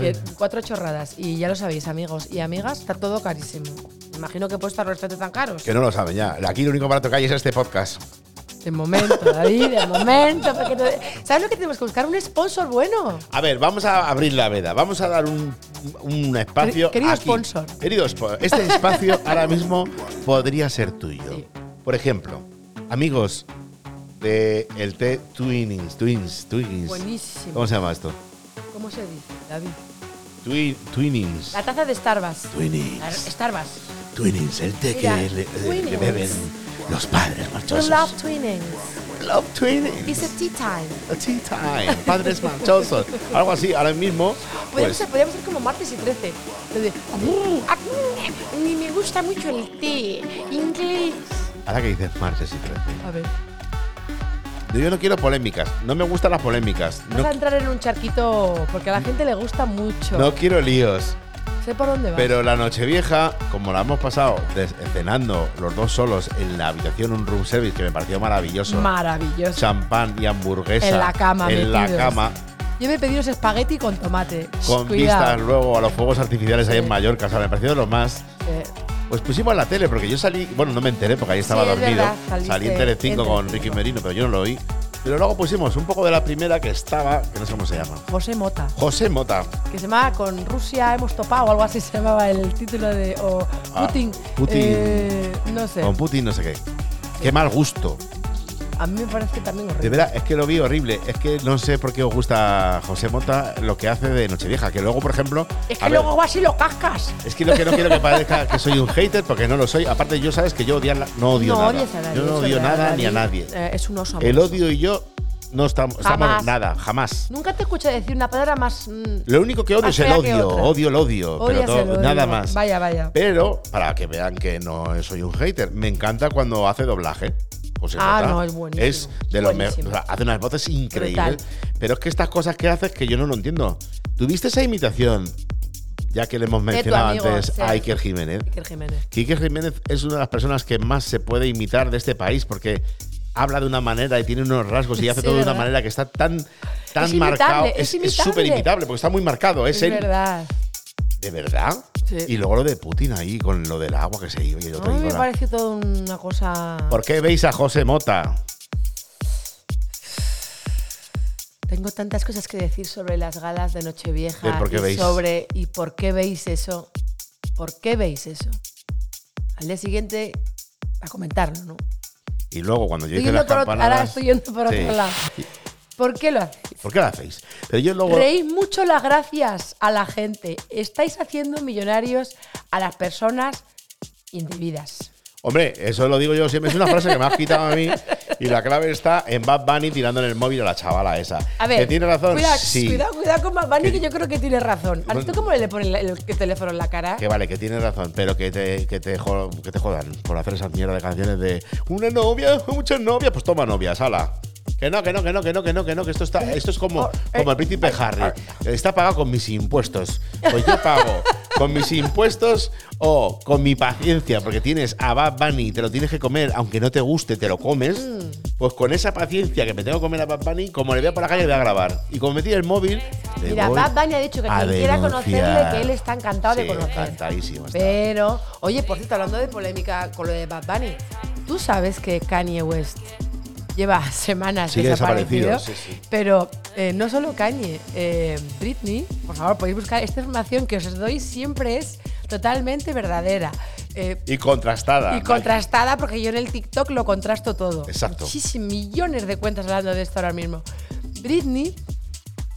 Speaker 3: Que cuatro chorradas. Y ya lo sabéis, amigos y amigas, está todo carísimo. Me Imagino que puede estar los restaurantes tan caros.
Speaker 2: que no lo saben ya. Aquí lo único barato que hay es este podcast.
Speaker 3: De momento, David, de momento. porque te- ¿Sabes lo que tenemos que buscar? Un sponsor bueno.
Speaker 2: A ver, vamos a abrir la veda. Vamos a dar un, un espacio.
Speaker 3: Querido
Speaker 2: aquí.
Speaker 3: sponsor.
Speaker 2: Querido spo- Este espacio ahora mismo podría ser tuyo.
Speaker 3: Sí.
Speaker 2: Por ejemplo, amigos de el té Twinings. Twins, Twinings.
Speaker 3: Buenísimo.
Speaker 2: ¿Cómo se llama esto?
Speaker 3: ¿Cómo se dice, David?
Speaker 2: Twi- Twinings.
Speaker 3: La taza de Starbucks. La-
Speaker 2: Twinings.
Speaker 3: Starbucks.
Speaker 2: Twinings, el té
Speaker 3: Mira,
Speaker 2: que le- le,
Speaker 3: Twinings.
Speaker 2: beben los padres
Speaker 3: We
Speaker 2: marchosos.
Speaker 3: love twinning.
Speaker 2: Love Twinning.
Speaker 3: It's a tea time.
Speaker 2: Tea time. Padres marchosos. Algo así, ahora mismo.
Speaker 3: Podríamos,
Speaker 2: Pues,
Speaker 3: ser, podríamos ser como martes y 13. Lo de, "Mm, ah, mm, ni me gusta mucho el té inglés.
Speaker 2: ahora que dices martes y 13.
Speaker 3: A ver,
Speaker 2: Yo no quiero polémicas. No me gustan las polémicas.
Speaker 3: vas a
Speaker 2: No,
Speaker 3: entrar en un charquito porque a la gente le gusta mucho.
Speaker 2: no quiero líos.
Speaker 3: Sé por dónde vas.
Speaker 2: Pero la Nochevieja, como la hemos pasado des- cenando los dos solos en la habitación, un room service que me pareció maravilloso.
Speaker 3: Maravilloso.
Speaker 2: Champán y hamburguesa.
Speaker 3: En la cama,
Speaker 2: En la
Speaker 3: metidos.
Speaker 2: cama.
Speaker 3: Yo me he pedido ese espagueti con tomate. Shh,
Speaker 2: Con vistas
Speaker 3: Cuidado.
Speaker 2: luego a los fuegos artificiales ahí en
Speaker 3: Sí.
Speaker 2: Mallorca. O sea, me pareció lo más.
Speaker 3: Eh,
Speaker 2: Pues pusimos la tele, porque yo salí, bueno, no me enteré porque ahí estaba
Speaker 3: Sí, es
Speaker 2: dormido.
Speaker 3: verdad, saliste
Speaker 2: salí en Telecinco
Speaker 3: en
Speaker 2: con
Speaker 3: Telecinco.
Speaker 2: Ricky Merino, pero yo no lo oí. Pero luego pusimos un poco de la primera que estaba, que no sé cómo se llama.
Speaker 3: José Mota,
Speaker 2: José Mota.
Speaker 3: que se llama Con Rusia hemos topado, o algo así se llamaba el título de. O
Speaker 2: Ah,
Speaker 3: Putin.
Speaker 2: Putin.
Speaker 3: eh, no sé.
Speaker 2: Con Putin, no sé qué. Qué mal gusto.
Speaker 3: A mí me parece también
Speaker 2: De
Speaker 3: horrible.
Speaker 2: verdad, es que lo vi horrible. Es que no sé por qué os gusta José Mota lo que hace de Nochevieja. Que luego, por ejemplo.
Speaker 3: Es
Speaker 2: a
Speaker 3: que
Speaker 2: ver,
Speaker 3: luego así lo cascas.
Speaker 2: Es que lo que no quiero que parezca que soy un hater, porque no lo soy. Aparte, yo sabes que yo odiar la- no odio
Speaker 3: no
Speaker 2: nada.
Speaker 3: odies a nadie.
Speaker 2: yo no
Speaker 3: es
Speaker 2: odio
Speaker 3: verdad,
Speaker 2: nada ni a nadie.
Speaker 3: Eh, es un oso.
Speaker 2: El
Speaker 3: amoroso.
Speaker 2: odio y yo no estamos, estamos
Speaker 3: Jamás.
Speaker 2: nada, jamás.
Speaker 3: Nunca te escuché decir una palabra más. mm,
Speaker 2: Lo único que odio
Speaker 3: Más
Speaker 2: es el
Speaker 3: fea que
Speaker 2: odio,
Speaker 3: otra.
Speaker 2: odio el odio, pero
Speaker 3: odias
Speaker 2: todo-
Speaker 3: el odio.
Speaker 2: nada más.
Speaker 3: Vaya, vaya.
Speaker 2: Pero para que vean que no soy un hater, me encanta cuando hace doblaje. José
Speaker 3: Ah,
Speaker 2: Mota.
Speaker 3: no, es buenísimo.
Speaker 2: Es de los mejores.
Speaker 3: Buenísimo.
Speaker 2: hace unas voces increíbles.
Speaker 3: Brutal.
Speaker 2: Pero es que estas cosas que haces que yo no lo entiendo. ¿Tuviste esa imitación? Ya que le hemos
Speaker 3: tu
Speaker 2: mencionado
Speaker 3: amigo,
Speaker 2: antes
Speaker 3: sí.
Speaker 2: a Iker Jiménez.
Speaker 3: Iker Jiménez.
Speaker 2: Que Iker Jiménez es una de las personas que más se puede imitar de este país porque habla de una manera y tiene unos rasgos y hace
Speaker 3: Sí,
Speaker 2: todo de una
Speaker 3: ¿verdad?
Speaker 2: manera que está tan,
Speaker 3: Es
Speaker 2: tan
Speaker 3: imitable,
Speaker 2: marcado.
Speaker 3: es
Speaker 2: es
Speaker 3: imitable.
Speaker 2: súper imitable porque está muy marcado. Es,
Speaker 3: Es
Speaker 2: él.
Speaker 3: verdad.
Speaker 2: ¿De verdad?
Speaker 3: Sí.
Speaker 2: Y luego lo de Putin ahí, con lo del agua que se iba y el
Speaker 3: No,
Speaker 2: otro
Speaker 3: a mí me
Speaker 2: iba a la-
Speaker 3: parece todo una cosa.
Speaker 2: ¿Por qué veis a José Mota?
Speaker 3: Tengo tantas cosas que decir sobre las galas de Nochevieja
Speaker 2: ¿De por qué
Speaker 3: y
Speaker 2: veis?
Speaker 3: sobre y por qué veis eso. ¿Por qué veis eso? Al día siguiente a comentarlo, ¿no?
Speaker 2: Y luego cuando yo
Speaker 3: Estoy
Speaker 2: hice
Speaker 3: yendo
Speaker 2: las
Speaker 3: por otro- ahora
Speaker 2: campanadas...
Speaker 3: estoy yendo por
Speaker 2: Sí.
Speaker 3: otro lado. ¿Por qué lo hacéis?
Speaker 2: ¿Por qué la hacéis? Pero yo luego...
Speaker 3: Reís mucho las gracias a la gente. Estáis haciendo millonarios a las personas indebidas.
Speaker 2: Hombre, eso lo digo yo siempre. Es una frase que me has quitado a mí. Y la clave está en Bad Bunny tirando en el móvil a la chavala esa.
Speaker 3: A ver,
Speaker 2: ¿Que tiene razón?
Speaker 3: Cuidado,
Speaker 2: sí.
Speaker 3: cuidado, cuidado con Bad Bunny, que yo creo que tiene razón. ¿A
Speaker 2: Bueno.
Speaker 3: tú cómo le pones la- el, el teléfono en la cara?
Speaker 2: Que vale, que tiene razón, pero que te, que, te jo- que te jodan por hacer esas mierdas de canciones de una novia, muchas novias, pues toma novias, ala. Que no, que no, que no, que no, que no, que no, que esto está, esto es como,
Speaker 3: Oh, eh,
Speaker 2: como el príncipe Harry. Está pagado con mis impuestos. Pues yo pago con mis impuestos o con mi paciencia, porque tienes a Bad Bunny, te lo tienes que comer, aunque no te guste, te lo comes.
Speaker 3: Mm.
Speaker 2: Pues con esa paciencia que me tengo que comer a Bad Bunny, como le veo por la calle, le voy a grabar. Y como metí el móvil, le
Speaker 3: Mira,
Speaker 2: voy
Speaker 3: Bad Bunny ha dicho que
Speaker 2: a
Speaker 3: quien quiera conocerle,
Speaker 2: denunciar.
Speaker 3: que él está encantado de
Speaker 2: Sí,
Speaker 3: conocer.
Speaker 2: Encantadísimo. está.
Speaker 3: Pero, oye, por cierto, hablando de polémica con lo de Bad Bunny, ¿tú sabes que Kanye West lleva semanas
Speaker 2: Sigue
Speaker 3: desaparecido?
Speaker 2: desaparecido, sí, sí.
Speaker 3: Pero eh, no solo Kanye, eh, Britney, por favor, podéis buscar esta información que os doy, siempre es totalmente verdadera. Eh,
Speaker 2: Y contrastada.
Speaker 3: y contrastada, porque yo en el TikTok lo contrasto todo.
Speaker 2: Exacto.
Speaker 3: Muchísimos millones de cuentas hablando de esto ahora mismo. Britney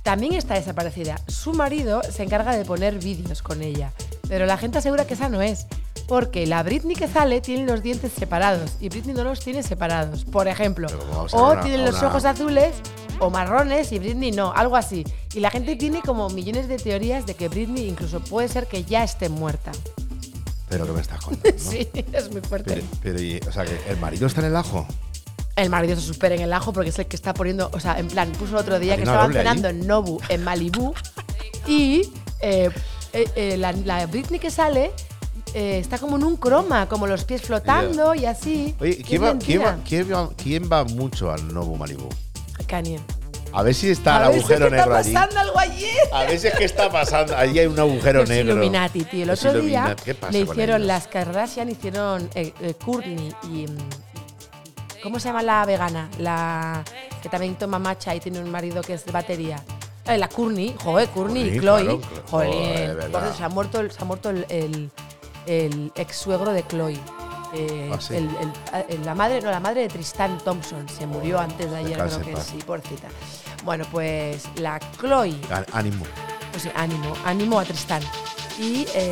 Speaker 3: también está desaparecida. Su marido se encarga de poner vídeos con ella. Pero la gente asegura que esa no es. Porque la Britney que sale tiene los dientes separados y Britney no los tiene separados. Por ejemplo,
Speaker 2: Pero ¿cómo vamos a
Speaker 3: o
Speaker 2: ver una-
Speaker 3: tienen los
Speaker 2: una-
Speaker 3: ojos azules o marrones y Britney no, algo así. Y la gente tiene como millones de teorías de que Britney incluso puede ser que ya esté muerta.
Speaker 2: Pero que me estás contando.
Speaker 3: Sí, es muy fuerte.
Speaker 2: Pero, pero y- o sea, que el marido está en el ajo.
Speaker 3: El marido se supera en el ajo porque es el que está poniendo, o sea, en plan, puso el otro día
Speaker 2: ¿Hay
Speaker 3: que
Speaker 2: una
Speaker 3: estaban
Speaker 2: doble ahí?
Speaker 3: cenando en Nobu, en Malibú, y eh, eh, eh, la, la Britney que sale eh, está como en un croma, como los pies flotando y así.
Speaker 2: Oye,
Speaker 3: Y
Speaker 2: ¿quién
Speaker 3: es
Speaker 2: va, quién, va,
Speaker 3: mentira.
Speaker 2: quién va- quién va mucho al Novo Malibu?
Speaker 3: Kanye.
Speaker 2: A ver si está el
Speaker 3: A ver si es
Speaker 2: agujero
Speaker 3: que está
Speaker 2: negro allí.
Speaker 3: pasando algo allí.
Speaker 2: A ver si es que está pasando. Allí hay un agujero
Speaker 3: Los
Speaker 2: negro.
Speaker 3: Illuminati, tío. El
Speaker 2: Los
Speaker 3: otro día
Speaker 2: Illuminati. ¿Qué pasa
Speaker 3: le
Speaker 2: con
Speaker 3: hicieron
Speaker 2: ellos?
Speaker 3: las Kardashian, hicieron eh, eh, Kourtney y. mm, ¿Cómo se llama la vegana? La que también toma macha y tiene un marido que es de batería. Eh, la Kourtney, joder, Kourtney
Speaker 2: Kourtney,
Speaker 3: y Chloe.
Speaker 2: claro, claro.
Speaker 3: Jolín.
Speaker 2: Joder, verdad.
Speaker 3: Entonces se ha muerto, el- se ha muerto el, ex suegro de Chloe. Eh,
Speaker 2: Ah, sí.
Speaker 3: el- el- a- el- la madre, no, la madre de Tristan Thompson se murió antes de ayer,
Speaker 2: descanse
Speaker 3: creo
Speaker 2: en
Speaker 3: que
Speaker 2: paz.
Speaker 3: sí, pobrecita. Bueno, pues la Chloe
Speaker 2: Á- Ah, Ánimo.
Speaker 3: pues sí, ánimo, ánimo a Tristán. Y eh,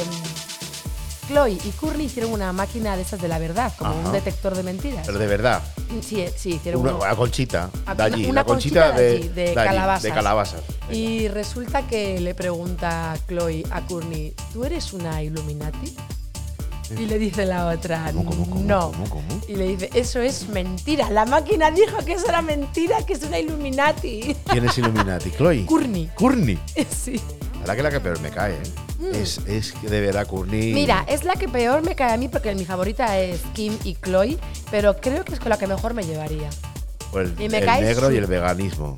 Speaker 3: Chloe y Curly hicieron una máquina de esas de la verdad, como
Speaker 2: Ajá.
Speaker 3: un detector de mentiras.
Speaker 2: Pero de verdad.
Speaker 3: Sí, eh, sí, hicieron
Speaker 2: Una,
Speaker 3: uno.
Speaker 2: una conchita
Speaker 3: Ah,
Speaker 2: de allí,
Speaker 3: una-
Speaker 2: la
Speaker 3: una
Speaker 2: conchita,
Speaker 3: conchita de allí, de
Speaker 2: allí,
Speaker 3: calabazas.
Speaker 2: de calabazas.
Speaker 3: Y resulta que le pregunta Chloe a Courtney, ¿tú eres una Illuminati? Y le dice la otra,
Speaker 2: ¿Cómo, cómo, cómo,
Speaker 3: no.
Speaker 2: cómo, cómo?
Speaker 3: Y le dice, eso es mentira. La máquina dijo que eso era mentira, que es una Illuminati.
Speaker 2: ¿Quién es Illuminati? Chloe.
Speaker 3: Courtney.
Speaker 2: Courtney.
Speaker 3: Sí.
Speaker 2: La verdad que la que peor me cae. ¿eh? Es, es que de verdad, Courtney.
Speaker 3: Mm. Mira, es la que peor me cae a mí porque mi favorita es Kim y Chloe, pero creo que es con la que mejor me llevaría.
Speaker 2: o el,
Speaker 3: y me
Speaker 2: el
Speaker 3: cae
Speaker 2: negro y
Speaker 3: su-
Speaker 2: el veganismo.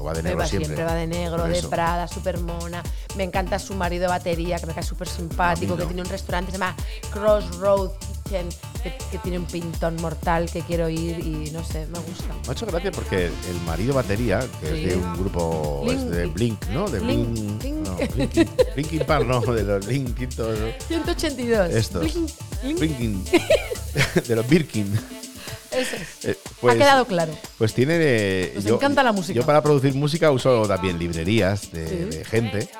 Speaker 2: O va de negro
Speaker 3: va
Speaker 2: siempre.
Speaker 3: siempre va de negro,
Speaker 2: Por
Speaker 3: de
Speaker 2: eso.
Speaker 3: Prada, súper mona. Me encanta su marido de batería, que me cae súper simpático,
Speaker 2: A mí no.
Speaker 3: que tiene un restaurante que se llama Crossroad Kitchen, que, que tiene un pintón mortal que quiero ir y no sé, me gusta.
Speaker 2: Me ha hecho gracia porque el marido batería, que
Speaker 3: Sí.
Speaker 2: es de un grupo
Speaker 3: Blink.
Speaker 2: es de Blink, ¿no? De
Speaker 3: Blink,
Speaker 2: Blink.
Speaker 3: Blink.
Speaker 2: No, Blinkin- Blinkin Park, no, de los Blinkin, todos, ¿no?
Speaker 3: 182.
Speaker 2: Estos.
Speaker 3: Bling, bling.
Speaker 2: Blinkin. De los Birkin.
Speaker 3: Eso es.
Speaker 2: Eh, pues-
Speaker 3: ha quedado claro.
Speaker 2: Pues tiene. eh,
Speaker 3: Nos encanta la música.
Speaker 2: Yo para producir música uso también librerías de,
Speaker 3: Sí.
Speaker 2: de gente.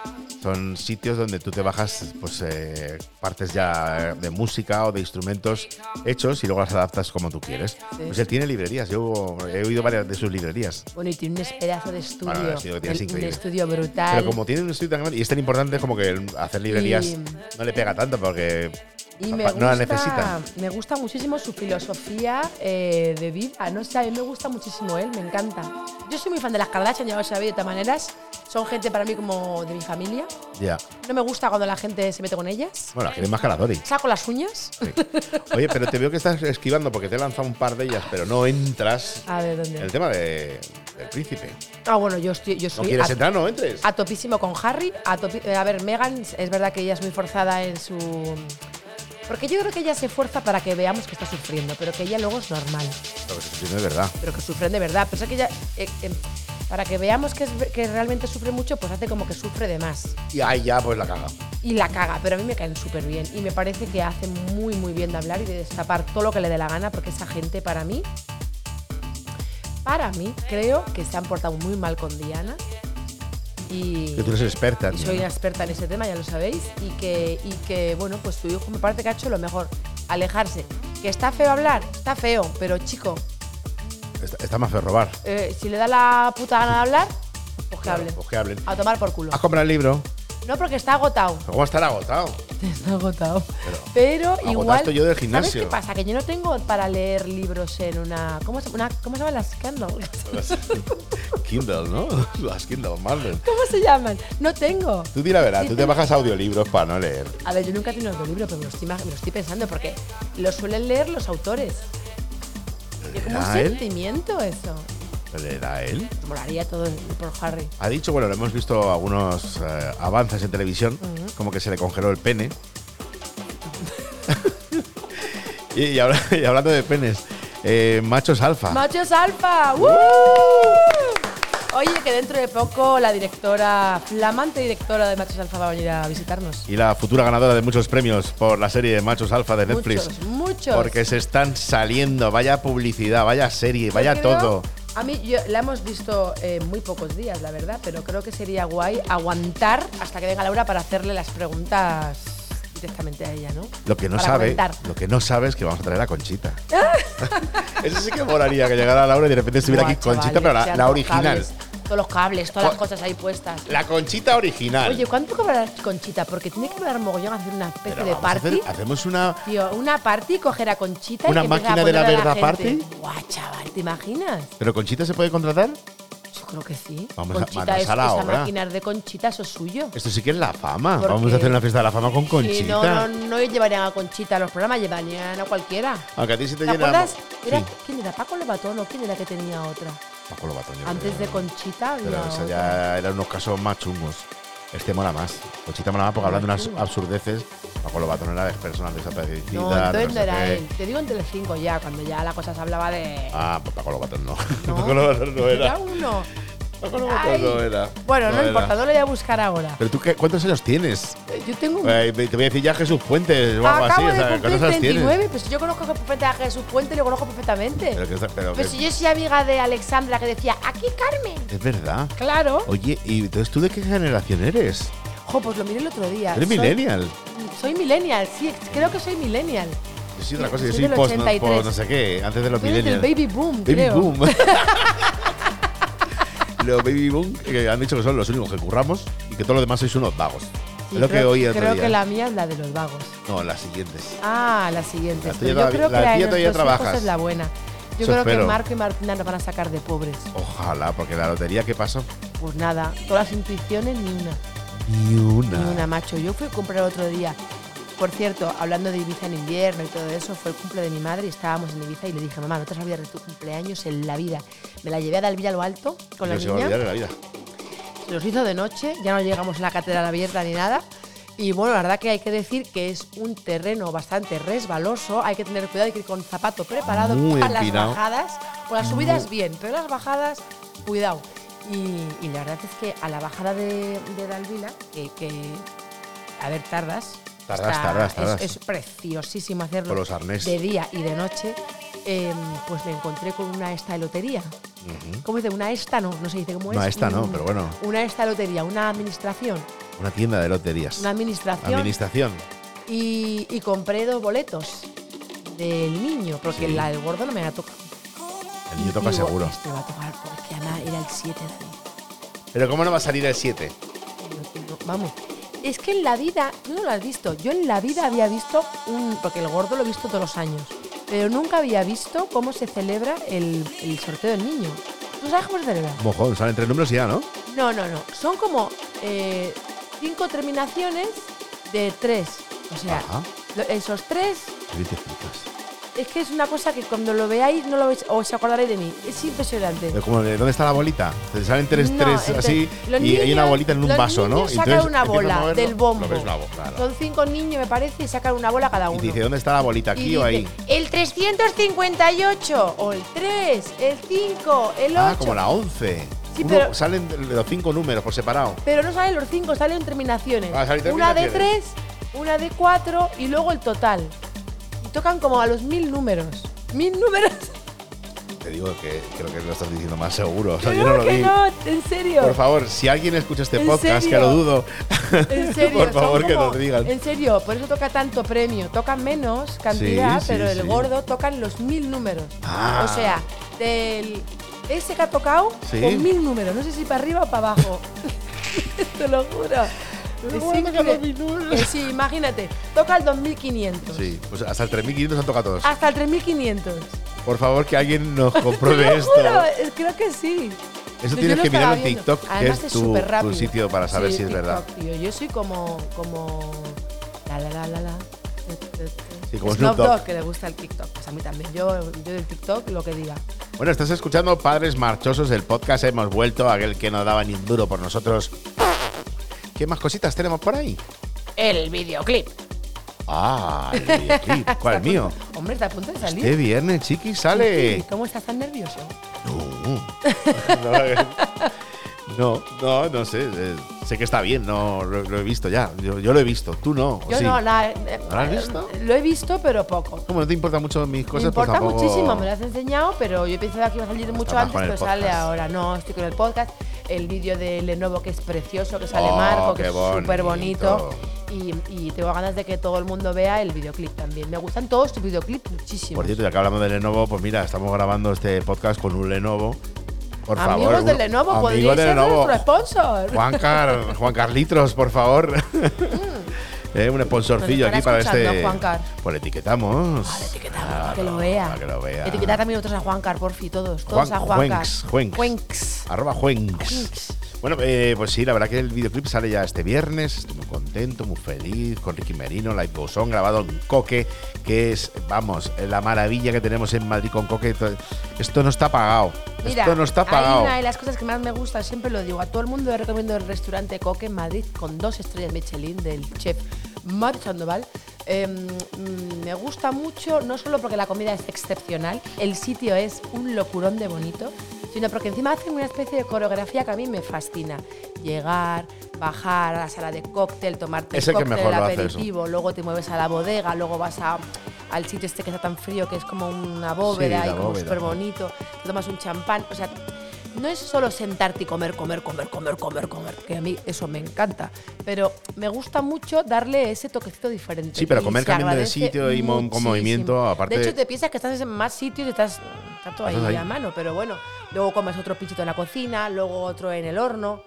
Speaker 2: Son sitios donde tú te bajas pues eh, partes ya de música o de instrumentos hechos y luego las adaptas como tú quieres. Pues él tiene librerías. Yo he oído varias de sus librerías.
Speaker 3: Bueno, y tiene un pedazo de estudio.
Speaker 2: Bueno, el estudio que tiene es
Speaker 3: un- un
Speaker 2: increíble.
Speaker 3: estudio brutal.
Speaker 2: Pero como tiene un estudio tan grande y es tan importante como que el hacer librerías
Speaker 3: Y-
Speaker 2: no le pega tanto porque
Speaker 3: Y me
Speaker 2: no
Speaker 3: gusta,
Speaker 2: la necesita.
Speaker 3: Me gusta muchísimo su filosofía eh, de vida. No sé, a mí me gusta muchísimo él, me encanta. Yo soy muy fan de las Kardashian, ya lo sabéis de todas maneras. Son gente para mí como de mi familia.
Speaker 2: Ya.
Speaker 3: No me gusta cuando la gente se mete con ellas.
Speaker 2: Bueno, quiere más Caladori.
Speaker 3: Saco las uñas.
Speaker 2: Oye, pero te veo que estás esquivando porque te he lanzado un par de ellas, pero no entras
Speaker 3: A ver,
Speaker 2: en el
Speaker 3: ¿dónde?
Speaker 2: tema de- del príncipe.
Speaker 3: Ah, bueno, yo, estoy, yo
Speaker 2: No
Speaker 3: soy
Speaker 2: quieres
Speaker 3: a-
Speaker 2: entrar, no entres.
Speaker 3: a topísimo con Harry. A, topi- eh, a ver, Megan, es verdad que ella es muy forzada en su. Porque yo creo que ella se esfuerza para que veamos que está sufriendo, pero que ella luego es normal.
Speaker 2: Lo que se siente es verdad.
Speaker 3: pero que sufren de verdad. Pero es que ya, eh, eh, para que veamos que, es- que realmente sufre mucho, pues hace como que sufre de más.
Speaker 2: Y ahí ya, pues la caga.
Speaker 3: Y la caga, pero a mí me caen súper bien. Y me parece que hace muy, muy bien de hablar y de destapar todo lo que le dé la gana, porque esa gente para mí, para mí, creo que se han portado muy mal con Diana. Y,
Speaker 2: Que tú eres experta.
Speaker 3: y
Speaker 2: tío.
Speaker 3: soy una experta en ese tema, ya lo sabéis, y que, y que, bueno, pues tu hijo me parece que ha hecho lo mejor, alejarse. Que está feo hablar, está feo, pero chico,
Speaker 2: Está, está más feo robar.
Speaker 3: eh, si le da la puta gana de hablar, pues que hable.
Speaker 2: Pues que Ah. hablen.
Speaker 3: A tomar por culo.
Speaker 2: ¿Has comprado el libro?
Speaker 3: No porque está agotado.
Speaker 2: ¿Cómo estar agotado?
Speaker 3: Está agotado.
Speaker 2: Pero-
Speaker 3: Pero,
Speaker 2: Agotado
Speaker 3: igual.
Speaker 2: estoy yo del
Speaker 3: ¿Sabes
Speaker 2: gimnasio.
Speaker 3: qué pasa? Que yo no tengo para leer libros en una. ¿Cómo se, una- ¿cómo se llaman las Kindle?
Speaker 2: Kindle, ¿no? Las Kindle, Marvel.
Speaker 3: ¿Cómo se llaman? No tengo.
Speaker 2: Tú di la verdad,
Speaker 3: Sí,
Speaker 2: tú te
Speaker 3: tengo.
Speaker 2: bajas audiolibros para no leer.
Speaker 3: A ver, yo nunca he tenido audiolibro, pero me lo, estoy, ma- me lo estoy pensando porque lo suelen leer los autores. Es como un
Speaker 2: ¿Leerá él?
Speaker 3: sentimiento eso.
Speaker 2: ¿Le da él?
Speaker 3: Molaría todo por Harry.
Speaker 2: Ha dicho, bueno, lo hemos visto algunos eh, avances en televisión, como que se le congeló el pene. y, y habla- y hablando de penes, eh, machos alfa.
Speaker 3: ¡Machos Alfa! ¡Woo! Oye, que dentro de poco la directora, flamante directora de Machos Alfa va a venir a visitarnos.
Speaker 2: y la futura ganadora de muchos premios por la serie de Machos Alfa de Netflix.
Speaker 3: Muchos, muchos.
Speaker 2: Porque se están saliendo, vaya publicidad, vaya serie,
Speaker 3: Yo
Speaker 2: vaya
Speaker 3: creo-
Speaker 2: todo.
Speaker 3: A mí yo- la hemos visto eh, muy pocos días, la verdad, pero creo que sería guay aguantar hasta que venga Laura para hacerle las preguntas directamente a ella, ¿no?
Speaker 2: Lo que no
Speaker 3: Para
Speaker 2: sabe,
Speaker 3: comentar.
Speaker 2: lo que no sabe es que vamos a traer a Conchita. Eso sí que moraría que llegara Laura y de repente estuviera
Speaker 3: Buah,
Speaker 2: aquí Conchita,
Speaker 3: chavales,
Speaker 2: pero la,
Speaker 3: sean
Speaker 2: la
Speaker 3: todos
Speaker 2: original.
Speaker 3: cables, todos los cables, todas las
Speaker 2: Co-
Speaker 3: cosas ahí puestas.
Speaker 2: La Conchita original.
Speaker 3: Oye, ¿cuánto cobrará Conchita? Porque tiene que cobrar mogollón hacer una especie
Speaker 2: Pero
Speaker 3: de
Speaker 2: vamos a
Speaker 3: party.
Speaker 2: hacer- hacemos una
Speaker 3: Tío, una party, coger a Conchita
Speaker 2: ¿Una
Speaker 3: y que empiece
Speaker 2: máquina
Speaker 3: a
Speaker 2: de la
Speaker 3: ponerle a
Speaker 2: verdad
Speaker 3: gente. Guau, chaval, ¿te imaginas?
Speaker 2: ¿Pero Conchita se puede contratar?
Speaker 3: Yo creo que sí.
Speaker 2: Vamos a-
Speaker 3: Conchita
Speaker 2: manos
Speaker 3: es,
Speaker 2: a la
Speaker 3: esa
Speaker 2: obra.
Speaker 3: máquina de Conchita, eso es suyo.
Speaker 2: Esto sí que es la fama.
Speaker 3: ¿Por
Speaker 2: Vamos
Speaker 3: qué?
Speaker 2: a hacer una fiesta de la fama con
Speaker 3: Y no,
Speaker 2: Conchita.
Speaker 3: no, no llevarían a Conchita a los programas, llevarían a cualquiera.
Speaker 2: Aunque a ti sí Ah, te
Speaker 3: ¿Te
Speaker 2: llena.
Speaker 3: acuerdas? Era-
Speaker 2: Sí.
Speaker 3: ¿Quién era? ¿Paco Lebatón o quién era que tenía otra?
Speaker 2: Paco Lobato, yo
Speaker 3: Antes
Speaker 2: creo.
Speaker 3: de Conchita había
Speaker 2: Pero eso
Speaker 3: otra.
Speaker 2: ya eran unos casos más chungos. Este mola más. Conchita mola más porque hablando de unas
Speaker 3: chungo.
Speaker 2: absurdeces. Paco Lobato no era de personas desaparecidas.
Speaker 3: No, entonces no
Speaker 2: sé
Speaker 3: era
Speaker 2: qué.
Speaker 3: él. Te digo en Telecinco ya, cuando ya la cosa se hablaba de...
Speaker 2: Ah, pues Paco Lobato no.
Speaker 3: No.
Speaker 2: Paco Lobato no
Speaker 3: Era
Speaker 2: era.
Speaker 3: uno.
Speaker 2: Paco Lobato
Speaker 3: Ay.
Speaker 2: no era.
Speaker 3: Bueno, no,
Speaker 2: era.
Speaker 3: importa, no lo voy a buscar ahora.
Speaker 2: ¿Pero tú qué, cuántos años tienes?
Speaker 3: Eh, Yo tengo un
Speaker 2: Eh, te voy a decir ya Jesús Puentes o algo así.
Speaker 3: Acabo
Speaker 2: O sea,
Speaker 3: de cumplir
Speaker 2: ¿cuántos años tienes?
Speaker 3: 39, pues yo conozco perfectamente a Jesús Puente, lo conozco perfectamente.
Speaker 2: Pero que, pero
Speaker 3: Pues
Speaker 2: que-
Speaker 3: si yo soy amiga de Alexandra que decía, aquí Carmen.
Speaker 2: es verdad.
Speaker 3: Claro.
Speaker 2: Oye, ¿y entonces tú de qué generación eres?
Speaker 3: Jo, pues lo miré el otro día.
Speaker 2: Eres
Speaker 3: Soy-
Speaker 2: millennial.
Speaker 3: Soy millennial, sí, ex- creo que soy millennial.
Speaker 2: Yo soy otra cosa,
Speaker 3: Yo
Speaker 2: yo
Speaker 3: soy
Speaker 2: soy
Speaker 3: del
Speaker 2: post, no,
Speaker 3: 83.
Speaker 2: post no sé qué, antes de los
Speaker 3: Tú eres del
Speaker 2: millennials.
Speaker 3: baby boom,
Speaker 2: Baby
Speaker 3: creo.
Speaker 2: boom. los baby boom que han dicho que son los únicos que curramos y que todos los demás sois unos vagos.
Speaker 3: Sí,
Speaker 2: es lo que
Speaker 3: creo-
Speaker 2: oí el otro
Speaker 3: Creo
Speaker 2: día.
Speaker 3: que la mía es la de los vagos.
Speaker 2: No, las siguientes.
Speaker 3: Ah, la siguiente.
Speaker 2: La
Speaker 3: Pero
Speaker 2: tuya
Speaker 3: yo
Speaker 2: todavía-
Speaker 3: creo que
Speaker 2: la
Speaker 3: la de
Speaker 2: tuya
Speaker 3: los
Speaker 2: todavía
Speaker 3: dos hijos
Speaker 2: trabajas.
Speaker 3: es la buena. Yo
Speaker 2: Eso
Speaker 3: creo
Speaker 2: espero.
Speaker 3: que Marco y Martina nos van a sacar de pobres.
Speaker 2: Ojalá, porque la lotería, ¿qué pasó?
Speaker 3: Pues nada, todas las intuiciones ni una.
Speaker 2: Ni una.
Speaker 3: Ni una, macho. Yo fui a comprar otro día. Por cierto, hablando de Ibiza en invierno y todo eso, fue el cumple de mi madre y estábamos en Ibiza y le dije, mamá, no te vas a olvidar de tu cumpleaños en la vida. Me la llevé a Dalvira a lo alto con la
Speaker 2: No se va a
Speaker 3: niña.
Speaker 2: olvidar de la vida.
Speaker 3: Se los hizo de noche, ya no llegamos a la catedral abierta ni nada. Y bueno, la verdad que hay que decir que es un terreno bastante resbaloso, hay que tener cuidado, hay que ir con zapato preparado
Speaker 2: Muy
Speaker 3: para las
Speaker 2: empinado.
Speaker 3: bajadas. O las subidas bien, pero las bajadas, cuidado. Y, y la verdad es que a la bajada de, de Dalvila, que, que, a ver, tardas.
Speaker 2: Tardas, tardas,
Speaker 3: es-
Speaker 2: tardas.
Speaker 3: Es, preciosísimo hacerlo
Speaker 2: Con los arnés.
Speaker 3: de día y de noche. Eh, pues me encontré con una estalotería. ¿Cómo dice? Una esta no, no se dice cómo es.
Speaker 2: No, esta no,
Speaker 3: Mm,
Speaker 2: pero bueno.
Speaker 3: Una estalotería, una administración.
Speaker 2: Una tienda de loterías.
Speaker 3: Una administración.
Speaker 2: Administración.
Speaker 3: y, y compré dos boletos del niño, porque
Speaker 2: Sí.
Speaker 3: la del gordo no me la toca.
Speaker 2: El niño toca seguro.
Speaker 3: Este va a tocar, porque además era el 7 de
Speaker 2: Pero ¿cómo no va a salir el 7?
Speaker 3: No, no, Vamos. Es que en la vida, tú no lo has visto, yo en la vida había visto un. Porque el gordo lo he visto todos los años. Pero nunca había visto cómo se celebra el, el sorteo del niño. ¿Tú sabes cómo se celebra?
Speaker 2: Mojón, salen tres números y ya, ¿no?
Speaker 3: No, no, no. Son como eh, cinco terminaciones de tres. O sea,
Speaker 2: Ajá.
Speaker 3: lo- esos tres.
Speaker 2: Qué bien te explicas.
Speaker 3: Es que es una cosa que cuando lo veáis no lo vais, os acordaréis de mí. Es impresionante.
Speaker 2: Pero como de, ¿Dónde está la bolita? Se salen tres,
Speaker 3: No,
Speaker 2: tres
Speaker 3: entonces,
Speaker 2: así
Speaker 3: los
Speaker 2: y hay una
Speaker 3: niños-
Speaker 2: bolita en un
Speaker 3: los
Speaker 2: vaso, ¿no?
Speaker 3: niños
Speaker 2: Y
Speaker 3: sacan
Speaker 2: entonces
Speaker 3: una
Speaker 2: empiezan a
Speaker 3: bola
Speaker 2: moverlo,
Speaker 3: del bombo.
Speaker 2: lo ves una bola, claro.
Speaker 3: Son cinco niños, me parece, y sacan una bola cada
Speaker 2: Y
Speaker 3: uno.
Speaker 2: te dice, ¿dónde está la bolita? ¿Aquí
Speaker 3: Y
Speaker 2: o
Speaker 3: dice,
Speaker 2: ahí?
Speaker 3: El 358, o el 3, el 5, el 8.
Speaker 2: Ah, como la 11.
Speaker 3: Sí,
Speaker 2: Uno-
Speaker 3: pero-
Speaker 2: Salen de los cinco números por separado.
Speaker 3: Pero no salen los 5, salen terminaciones.
Speaker 2: Ah, salen
Speaker 3: Una de
Speaker 2: terminaciones.
Speaker 3: 3, una de 4 y luego el total. Y tocan como a los mil números. Mil números.
Speaker 2: Te digo que creo que lo estás diciendo más seguro. O sea, yo
Speaker 3: Creo
Speaker 2: no lo
Speaker 3: que
Speaker 2: vi.
Speaker 3: no, en serio.
Speaker 2: Por favor, si alguien escucha este
Speaker 3: ¿En
Speaker 2: podcast,
Speaker 3: serio?
Speaker 2: que lo dudo,
Speaker 3: En serio,
Speaker 2: Por favor,
Speaker 3: son
Speaker 2: que
Speaker 3: como-
Speaker 2: nos digan.
Speaker 3: En serio, por eso toca tanto premio. Tocan menos cantidad,
Speaker 2: Sí, sí,
Speaker 3: pero el
Speaker 2: sí.
Speaker 3: gordo tocan los mil números.
Speaker 2: Ah.
Speaker 3: O sea, del ese que ha tocado
Speaker 2: Sí.
Speaker 3: con mil números. No sé si para arriba o para abajo. Te lo juro. Es
Speaker 2: gordo que ha tocado
Speaker 3: incre-
Speaker 2: mil números.
Speaker 3: Eh, sí, imagínate. Toca el 2500.
Speaker 2: sí, pues hasta el 3500 han tocado todos.
Speaker 3: Hasta el 3500.
Speaker 2: Por favor, que alguien nos
Speaker 3: Ah. Te
Speaker 2: compruebe
Speaker 3: lo
Speaker 2: esto.
Speaker 3: juro, eh, creo que sí.
Speaker 2: Eso
Speaker 3: Yo
Speaker 2: tienes
Speaker 3: lo
Speaker 2: que
Speaker 3: estaba
Speaker 2: mirarlo en
Speaker 3: viendo.
Speaker 2: TikTok, que
Speaker 3: Además
Speaker 2: es
Speaker 3: es
Speaker 2: tu-
Speaker 3: superrápido.
Speaker 2: tu sitio para saber
Speaker 3: Sí,
Speaker 2: si es
Speaker 3: TikTok,
Speaker 2: verdad.
Speaker 3: tío. Yo soy como. como la, la, la, la, la.
Speaker 2: Sí, como Snoop
Speaker 3: Snoop
Speaker 2: Dogg.
Speaker 3: Dogg, que le gusta el TikTok. Pues a mí también. Yo, yo del TikTok lo que diga.
Speaker 2: Bueno, estás escuchando Padres Marchosos, el podcast. Hemos vuelto, aquel que no daba ni un duro por nosotros. ¿Qué más cositas tenemos por ahí?
Speaker 3: El videoclip.
Speaker 2: Ah, el videoclip. ¿Cuál el mío?
Speaker 3: Hombre, está a punto de salir.
Speaker 2: Este viernes, chiqui,
Speaker 3: Sí,
Speaker 2: sale.
Speaker 3: ¿Cómo estás tan nervioso?
Speaker 2: eh. No, no, no sé. eh, Sé que está bien, no lo, lo he visto ya. Yo, yo lo he visto, tú no. ¿o
Speaker 3: Yo
Speaker 2: Pues sí?
Speaker 3: no, la,
Speaker 2: ¿No lo has visto?
Speaker 3: Lo he visto, pero poco.
Speaker 2: Como no te importan mucho mis cosas,
Speaker 3: me importa
Speaker 2: pues tampoco-
Speaker 3: muchísimo, me lo has enseñado, pero yo pensaba que iba a salir mucho
Speaker 2: más
Speaker 3: antes,
Speaker 2: con el
Speaker 3: pero sale
Speaker 2: podcast.
Speaker 3: ahora. No, estoy con el podcast. El vídeo de Lenovo que es precioso, que sale
Speaker 2: Oh,
Speaker 3: Marco, que
Speaker 2: qué
Speaker 3: es súper bonito.
Speaker 2: bonito.
Speaker 3: Y, y tengo ganas de que todo el mundo vea el videoclip también. Me gustan todos tus videoclips muchísimo.
Speaker 2: Por cierto, ya que hablamos de Lenovo, pues mira, estamos grabando este podcast con un Lenovo. Por
Speaker 3: amigos
Speaker 2: favor.
Speaker 3: de
Speaker 2: un-
Speaker 3: Lenovo,
Speaker 2: amigos
Speaker 3: podríais
Speaker 2: de
Speaker 3: ser
Speaker 2: Lenovo.
Speaker 3: nuestro sponsor. Mm.
Speaker 2: Juan, Car, Juan Carlitos, por favor. Eh, un sponsorcillo
Speaker 3: Nos estará
Speaker 2: aquí para
Speaker 3: escuchando,
Speaker 2: este.
Speaker 3: Juan Car.
Speaker 2: Pues le etiquetamos.
Speaker 3: Vale, etiquetad,
Speaker 2: Claro,
Speaker 3: para que lo vea.
Speaker 2: Para Ah, que lo vea.
Speaker 3: Etiquetad también otros a Juancar, porfi, todos. Todos
Speaker 2: Juan-
Speaker 3: a Juancar.
Speaker 2: Juenx, Juenx.
Speaker 3: Juenx.
Speaker 2: Arroba Juenx. Bueno, eh, pues sí, la verdad que el videoclip sale ya este viernes. Estoy muy contento, muy feliz con Ricky Merino, Live Bosón, grabado en Coque, que es, vamos, la maravilla que tenemos en Madrid con Coque. Esto- Esto no está pagado.
Speaker 3: Mira,
Speaker 2: Esto no está pagado.
Speaker 3: hay una de las cosas que más me gusta, siempre lo digo, a todo el mundo le recomiendo el restaurante Coque en Madrid con dos estrellas Michelin del chef Matt Sandoval. Eh, mm, me gusta mucho, no solo porque la comida es excepcional, el sitio es un locurón de bonito, sino porque encima hacen una especie de coreografía que a mí me fascina. Llegar, bajar a la sala de cóctel, tomarte
Speaker 2: Es
Speaker 3: el
Speaker 2: el que
Speaker 3: cóctel,
Speaker 2: mejor
Speaker 3: el
Speaker 2: lo hace eso.
Speaker 3: aperitivo, luego te mueves a la bodega, luego vas a- al sitio este que está tan frío que es como una bóveda
Speaker 2: la
Speaker 3: y como
Speaker 2: bóveda.
Speaker 3: súper bonito, te tomas un champán, o sea, no es solo sentarte y comer, comer, comer, comer, comer, comer, que a mí eso me encanta, pero me gusta mucho darle ese toquecito diferente.
Speaker 2: Sí, pero
Speaker 3: y
Speaker 2: comer
Speaker 3: se
Speaker 2: cambiando de
Speaker 3: agradece
Speaker 2: sitio y mo- con
Speaker 3: muchísimo.
Speaker 2: movimiento, aparte-
Speaker 3: De hecho, te piensas que estás en más sitios y estás, está todo ahí,
Speaker 2: Estás ahí.
Speaker 3: a mano, pero bueno, luego comes otro pinchito en la cocina, luego otro en el horno.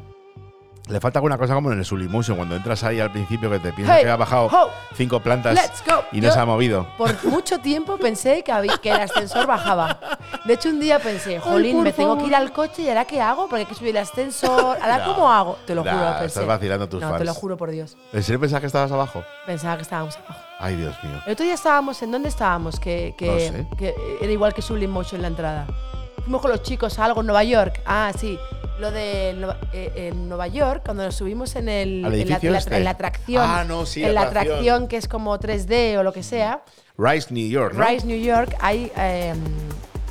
Speaker 2: Le falta alguna cosa como en el Sulimusion, cuando entras ahí al principio que te piensas
Speaker 3: Hey,
Speaker 2: que ha bajado
Speaker 3: ho,
Speaker 2: cinco plantas
Speaker 3: let's go.
Speaker 2: y no
Speaker 3: Yo-
Speaker 2: se ha movido.
Speaker 3: Por mucho tiempo pensé que, había- que el ascensor bajaba. De hecho, un día pensé, jolín,
Speaker 4: por
Speaker 3: me tengo
Speaker 4: favor.
Speaker 3: que ir al coche y ahora qué hago, porque hay que subir el ascensor. ¿Ahora
Speaker 2: No,
Speaker 3: cómo hago? Te lo
Speaker 2: no,
Speaker 3: juro, pensé.
Speaker 2: estás vacilando a tus
Speaker 3: no,
Speaker 2: fans.
Speaker 3: te lo juro por Dios.
Speaker 2: ¿En serio pensabas que estabas abajo?
Speaker 3: Pensaba que estábamos abajo.
Speaker 2: Ay, Dios mío.
Speaker 3: El otro día estábamos, ¿en dónde estábamos? Que, que,
Speaker 2: No sé.
Speaker 3: que era igual que Sublime Motion en la entrada. Fuimos con los chicos a algo en Nueva York. Ah, sí. Lo de Nueva- eh, en Nueva York, cuando nos subimos en, el,
Speaker 2: ¿Al
Speaker 3: en, la,
Speaker 2: edificio
Speaker 3: en la-
Speaker 2: este?
Speaker 3: en la atracción.
Speaker 2: Ah, no, sí,
Speaker 3: En la
Speaker 2: atracción.
Speaker 3: atracción que es como 3D o lo que sea.
Speaker 2: Rice, New York, ¿no?
Speaker 3: Rise New York, hay, eh,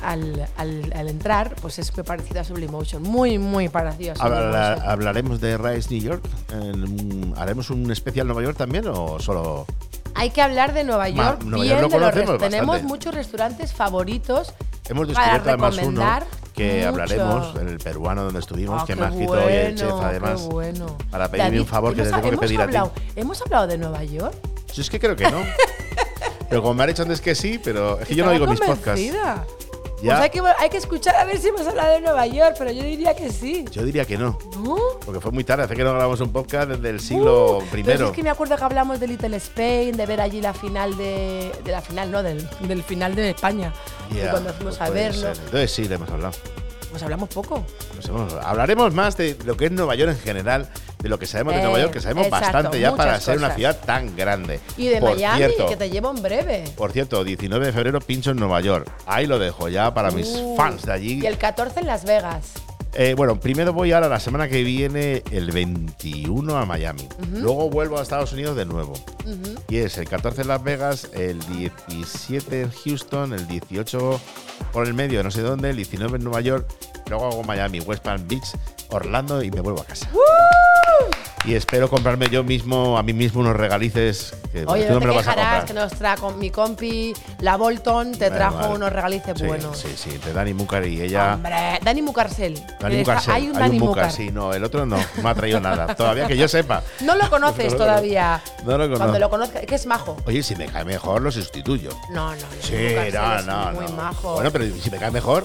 Speaker 3: al, al- al entrar, pues es muy parecido a Sublimotion. Muy, muy parecido a
Speaker 2: Habla-
Speaker 3: Sublimotion.
Speaker 2: ¿Hablaremos de Rice, New York? En un- ¿Haremos un especial Nueva York también o solo...?
Speaker 3: Hay que hablar de
Speaker 2: Ma-
Speaker 3: Nueva York.
Speaker 2: Nueva
Speaker 3: bien
Speaker 2: York lo
Speaker 3: de los
Speaker 2: conocemos
Speaker 3: res- Tenemos
Speaker 2: bastante.
Speaker 3: muchos restaurantes favoritos.
Speaker 2: Hemos
Speaker 3: para
Speaker 2: descubierto además uno
Speaker 3: recomendar
Speaker 2: que
Speaker 3: mucho.
Speaker 2: hablaremos, el peruano donde estuvimos,
Speaker 3: Ah,
Speaker 2: que
Speaker 3: qué
Speaker 2: me agitó hoy el chef
Speaker 3: bueno, qué
Speaker 2: además.
Speaker 3: bueno.
Speaker 2: para pedirme un favor que
Speaker 3: hemos-
Speaker 2: te tengo que
Speaker 3: hemos
Speaker 2: pedir a ti.
Speaker 3: hablado- Hemos hablado de Nueva York.
Speaker 2: Yo es que creo que no. pero como me han dicho antes que sí, pero es que yo no digo
Speaker 3: Estaba
Speaker 2: mis podcasts.
Speaker 3: convencida.
Speaker 2: Ya.
Speaker 3: Pues hay que, hay que escuchar a ver si hemos hablado de Nueva York, pero yo diría que sí.
Speaker 2: Yo diría que no,
Speaker 3: ¿No?
Speaker 2: porque fue muy tarde, hace que no grabamos un podcast desde el siglo
Speaker 3: Uh,
Speaker 2: I.
Speaker 3: pero si es que me acuerdo que hablamos de Little Spain, de ver allí la final de. de la final, no, del, del final de España.
Speaker 2: Ya,
Speaker 3: Y cuando fuimos
Speaker 2: pues
Speaker 3: a
Speaker 2: puede
Speaker 3: verlo.
Speaker 2: ser. Entonces sí, le hemos hablado.
Speaker 3: Pues hablamos poco.
Speaker 2: Nos hemos- hablaremos más de lo que es Nueva York en general, de lo que sabemos de
Speaker 3: Eh,
Speaker 2: Nueva York, que sabemos
Speaker 3: exacto,
Speaker 2: bastante ya para
Speaker 3: muchas
Speaker 2: ser una
Speaker 3: cosas.
Speaker 2: ciudad tan grande.
Speaker 3: Y de
Speaker 2: Por
Speaker 3: Miami,
Speaker 2: cierto,
Speaker 3: que te llevo en breve.
Speaker 2: Por cierto, 19 de febrero pincho en Nueva York. Ahí lo dejo ya para mis
Speaker 3: Uh,
Speaker 2: fans de allí.
Speaker 3: Y el 14 en Las Vegas.
Speaker 2: Eh, bueno, primero voy ahora la semana que viene, el 21 a Miami. Luego vuelvo a Estados Unidos de nuevo.
Speaker 3: Ujú.
Speaker 2: Y es el 14 en Las Vegas, el 17 en Houston, el 18 por el medio, no sé dónde, el 19 en Nueva York. Luego hago Miami, West Palm Beach, Orlando y me vuelvo a casa. Y espero comprarme yo mismo, a mí mismo, unos regalices. Que
Speaker 3: Oye,
Speaker 2: tú
Speaker 3: no
Speaker 2: no
Speaker 3: te
Speaker 2: me lo vas a
Speaker 3: quejarás
Speaker 2: comprar.
Speaker 3: que nos trajo mi compi, la Bolton, te
Speaker 2: Menos
Speaker 3: trajo
Speaker 2: mal.
Speaker 3: unos regalices
Speaker 2: Sí,
Speaker 3: buenos.
Speaker 2: Sí, sí, de Dani Mucar y ella.
Speaker 3: Hombre, Dani Mucarcel.
Speaker 2: Dani
Speaker 3: Que está-
Speaker 2: Mucar, sí,
Speaker 3: Hay un Dani
Speaker 2: Mucar,
Speaker 3: Mucar.
Speaker 2: sí, no, el otro no, no ha traído nada. Todavía que yo sepa.
Speaker 3: No lo conoces
Speaker 2: No lo
Speaker 3: todavía.
Speaker 2: conozco. No lo conozco.
Speaker 3: Cuando lo conozcas, que es majo.
Speaker 2: Oye, si me cae mejor, lo sustituyo.
Speaker 3: No, no, no.
Speaker 2: Sí,
Speaker 3: Mucarcel
Speaker 2: no,
Speaker 3: es
Speaker 2: no,
Speaker 3: Muy
Speaker 2: no.
Speaker 3: majo.
Speaker 2: Bueno, pero si me cae mejor.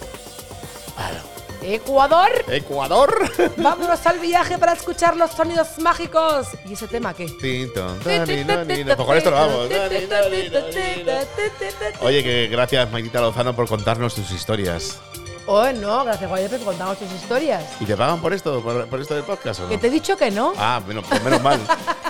Speaker 2: claro.
Speaker 3: Ecuador,
Speaker 2: ¡Ecuador!
Speaker 3: vámonos al viaje para escuchar los sonidos mágicos. ¿Y ese tema qué?
Speaker 2: Tin, ton, tani, nani, nani. Pues con esto lo vamos. Nani, nani, nani, nani. Oye, que gracias, Maitita Lozano, por contarnos tus historias.
Speaker 3: Oh, no, gracias, Guadalupe, por contarnos tus historias.
Speaker 2: ¿Y te pagan por esto, por, por esto del podcast o
Speaker 3: Que
Speaker 2: no?
Speaker 3: te he dicho que no.
Speaker 2: Ah, bueno, pues menos mal.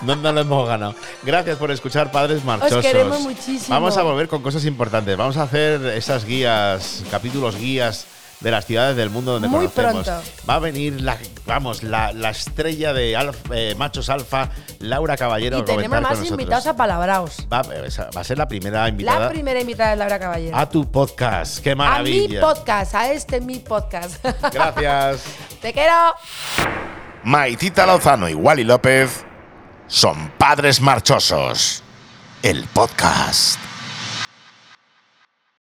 Speaker 2: No, no lo hemos ganado. Gracias por escuchar, Padres Marchosos.
Speaker 3: queremos muchísimo.
Speaker 2: Vamos a volver con cosas importantes. Vamos a hacer esas guías, capítulos guías de las ciudades del mundo donde
Speaker 3: Muy
Speaker 2: conocemos.
Speaker 3: pronto.
Speaker 2: Va a venir la, vamos, la, la estrella de alf- eh, machos alfa, Laura Caballero.
Speaker 3: y
Speaker 2: a comentar
Speaker 3: tenemos más
Speaker 2: con nosotros.
Speaker 3: invitados a Palabraos.
Speaker 2: Va, esa va a ser la primera invitada
Speaker 3: La primera invitada es Laura Caballero.
Speaker 2: a tu podcast. ¡Qué
Speaker 3: a mi
Speaker 2: maravilla!
Speaker 3: podcast, a este mi podcast.
Speaker 2: Gracias.
Speaker 3: Te quiero.
Speaker 6: Maitita Lozano y Wally López son padres marchosos. El podcast.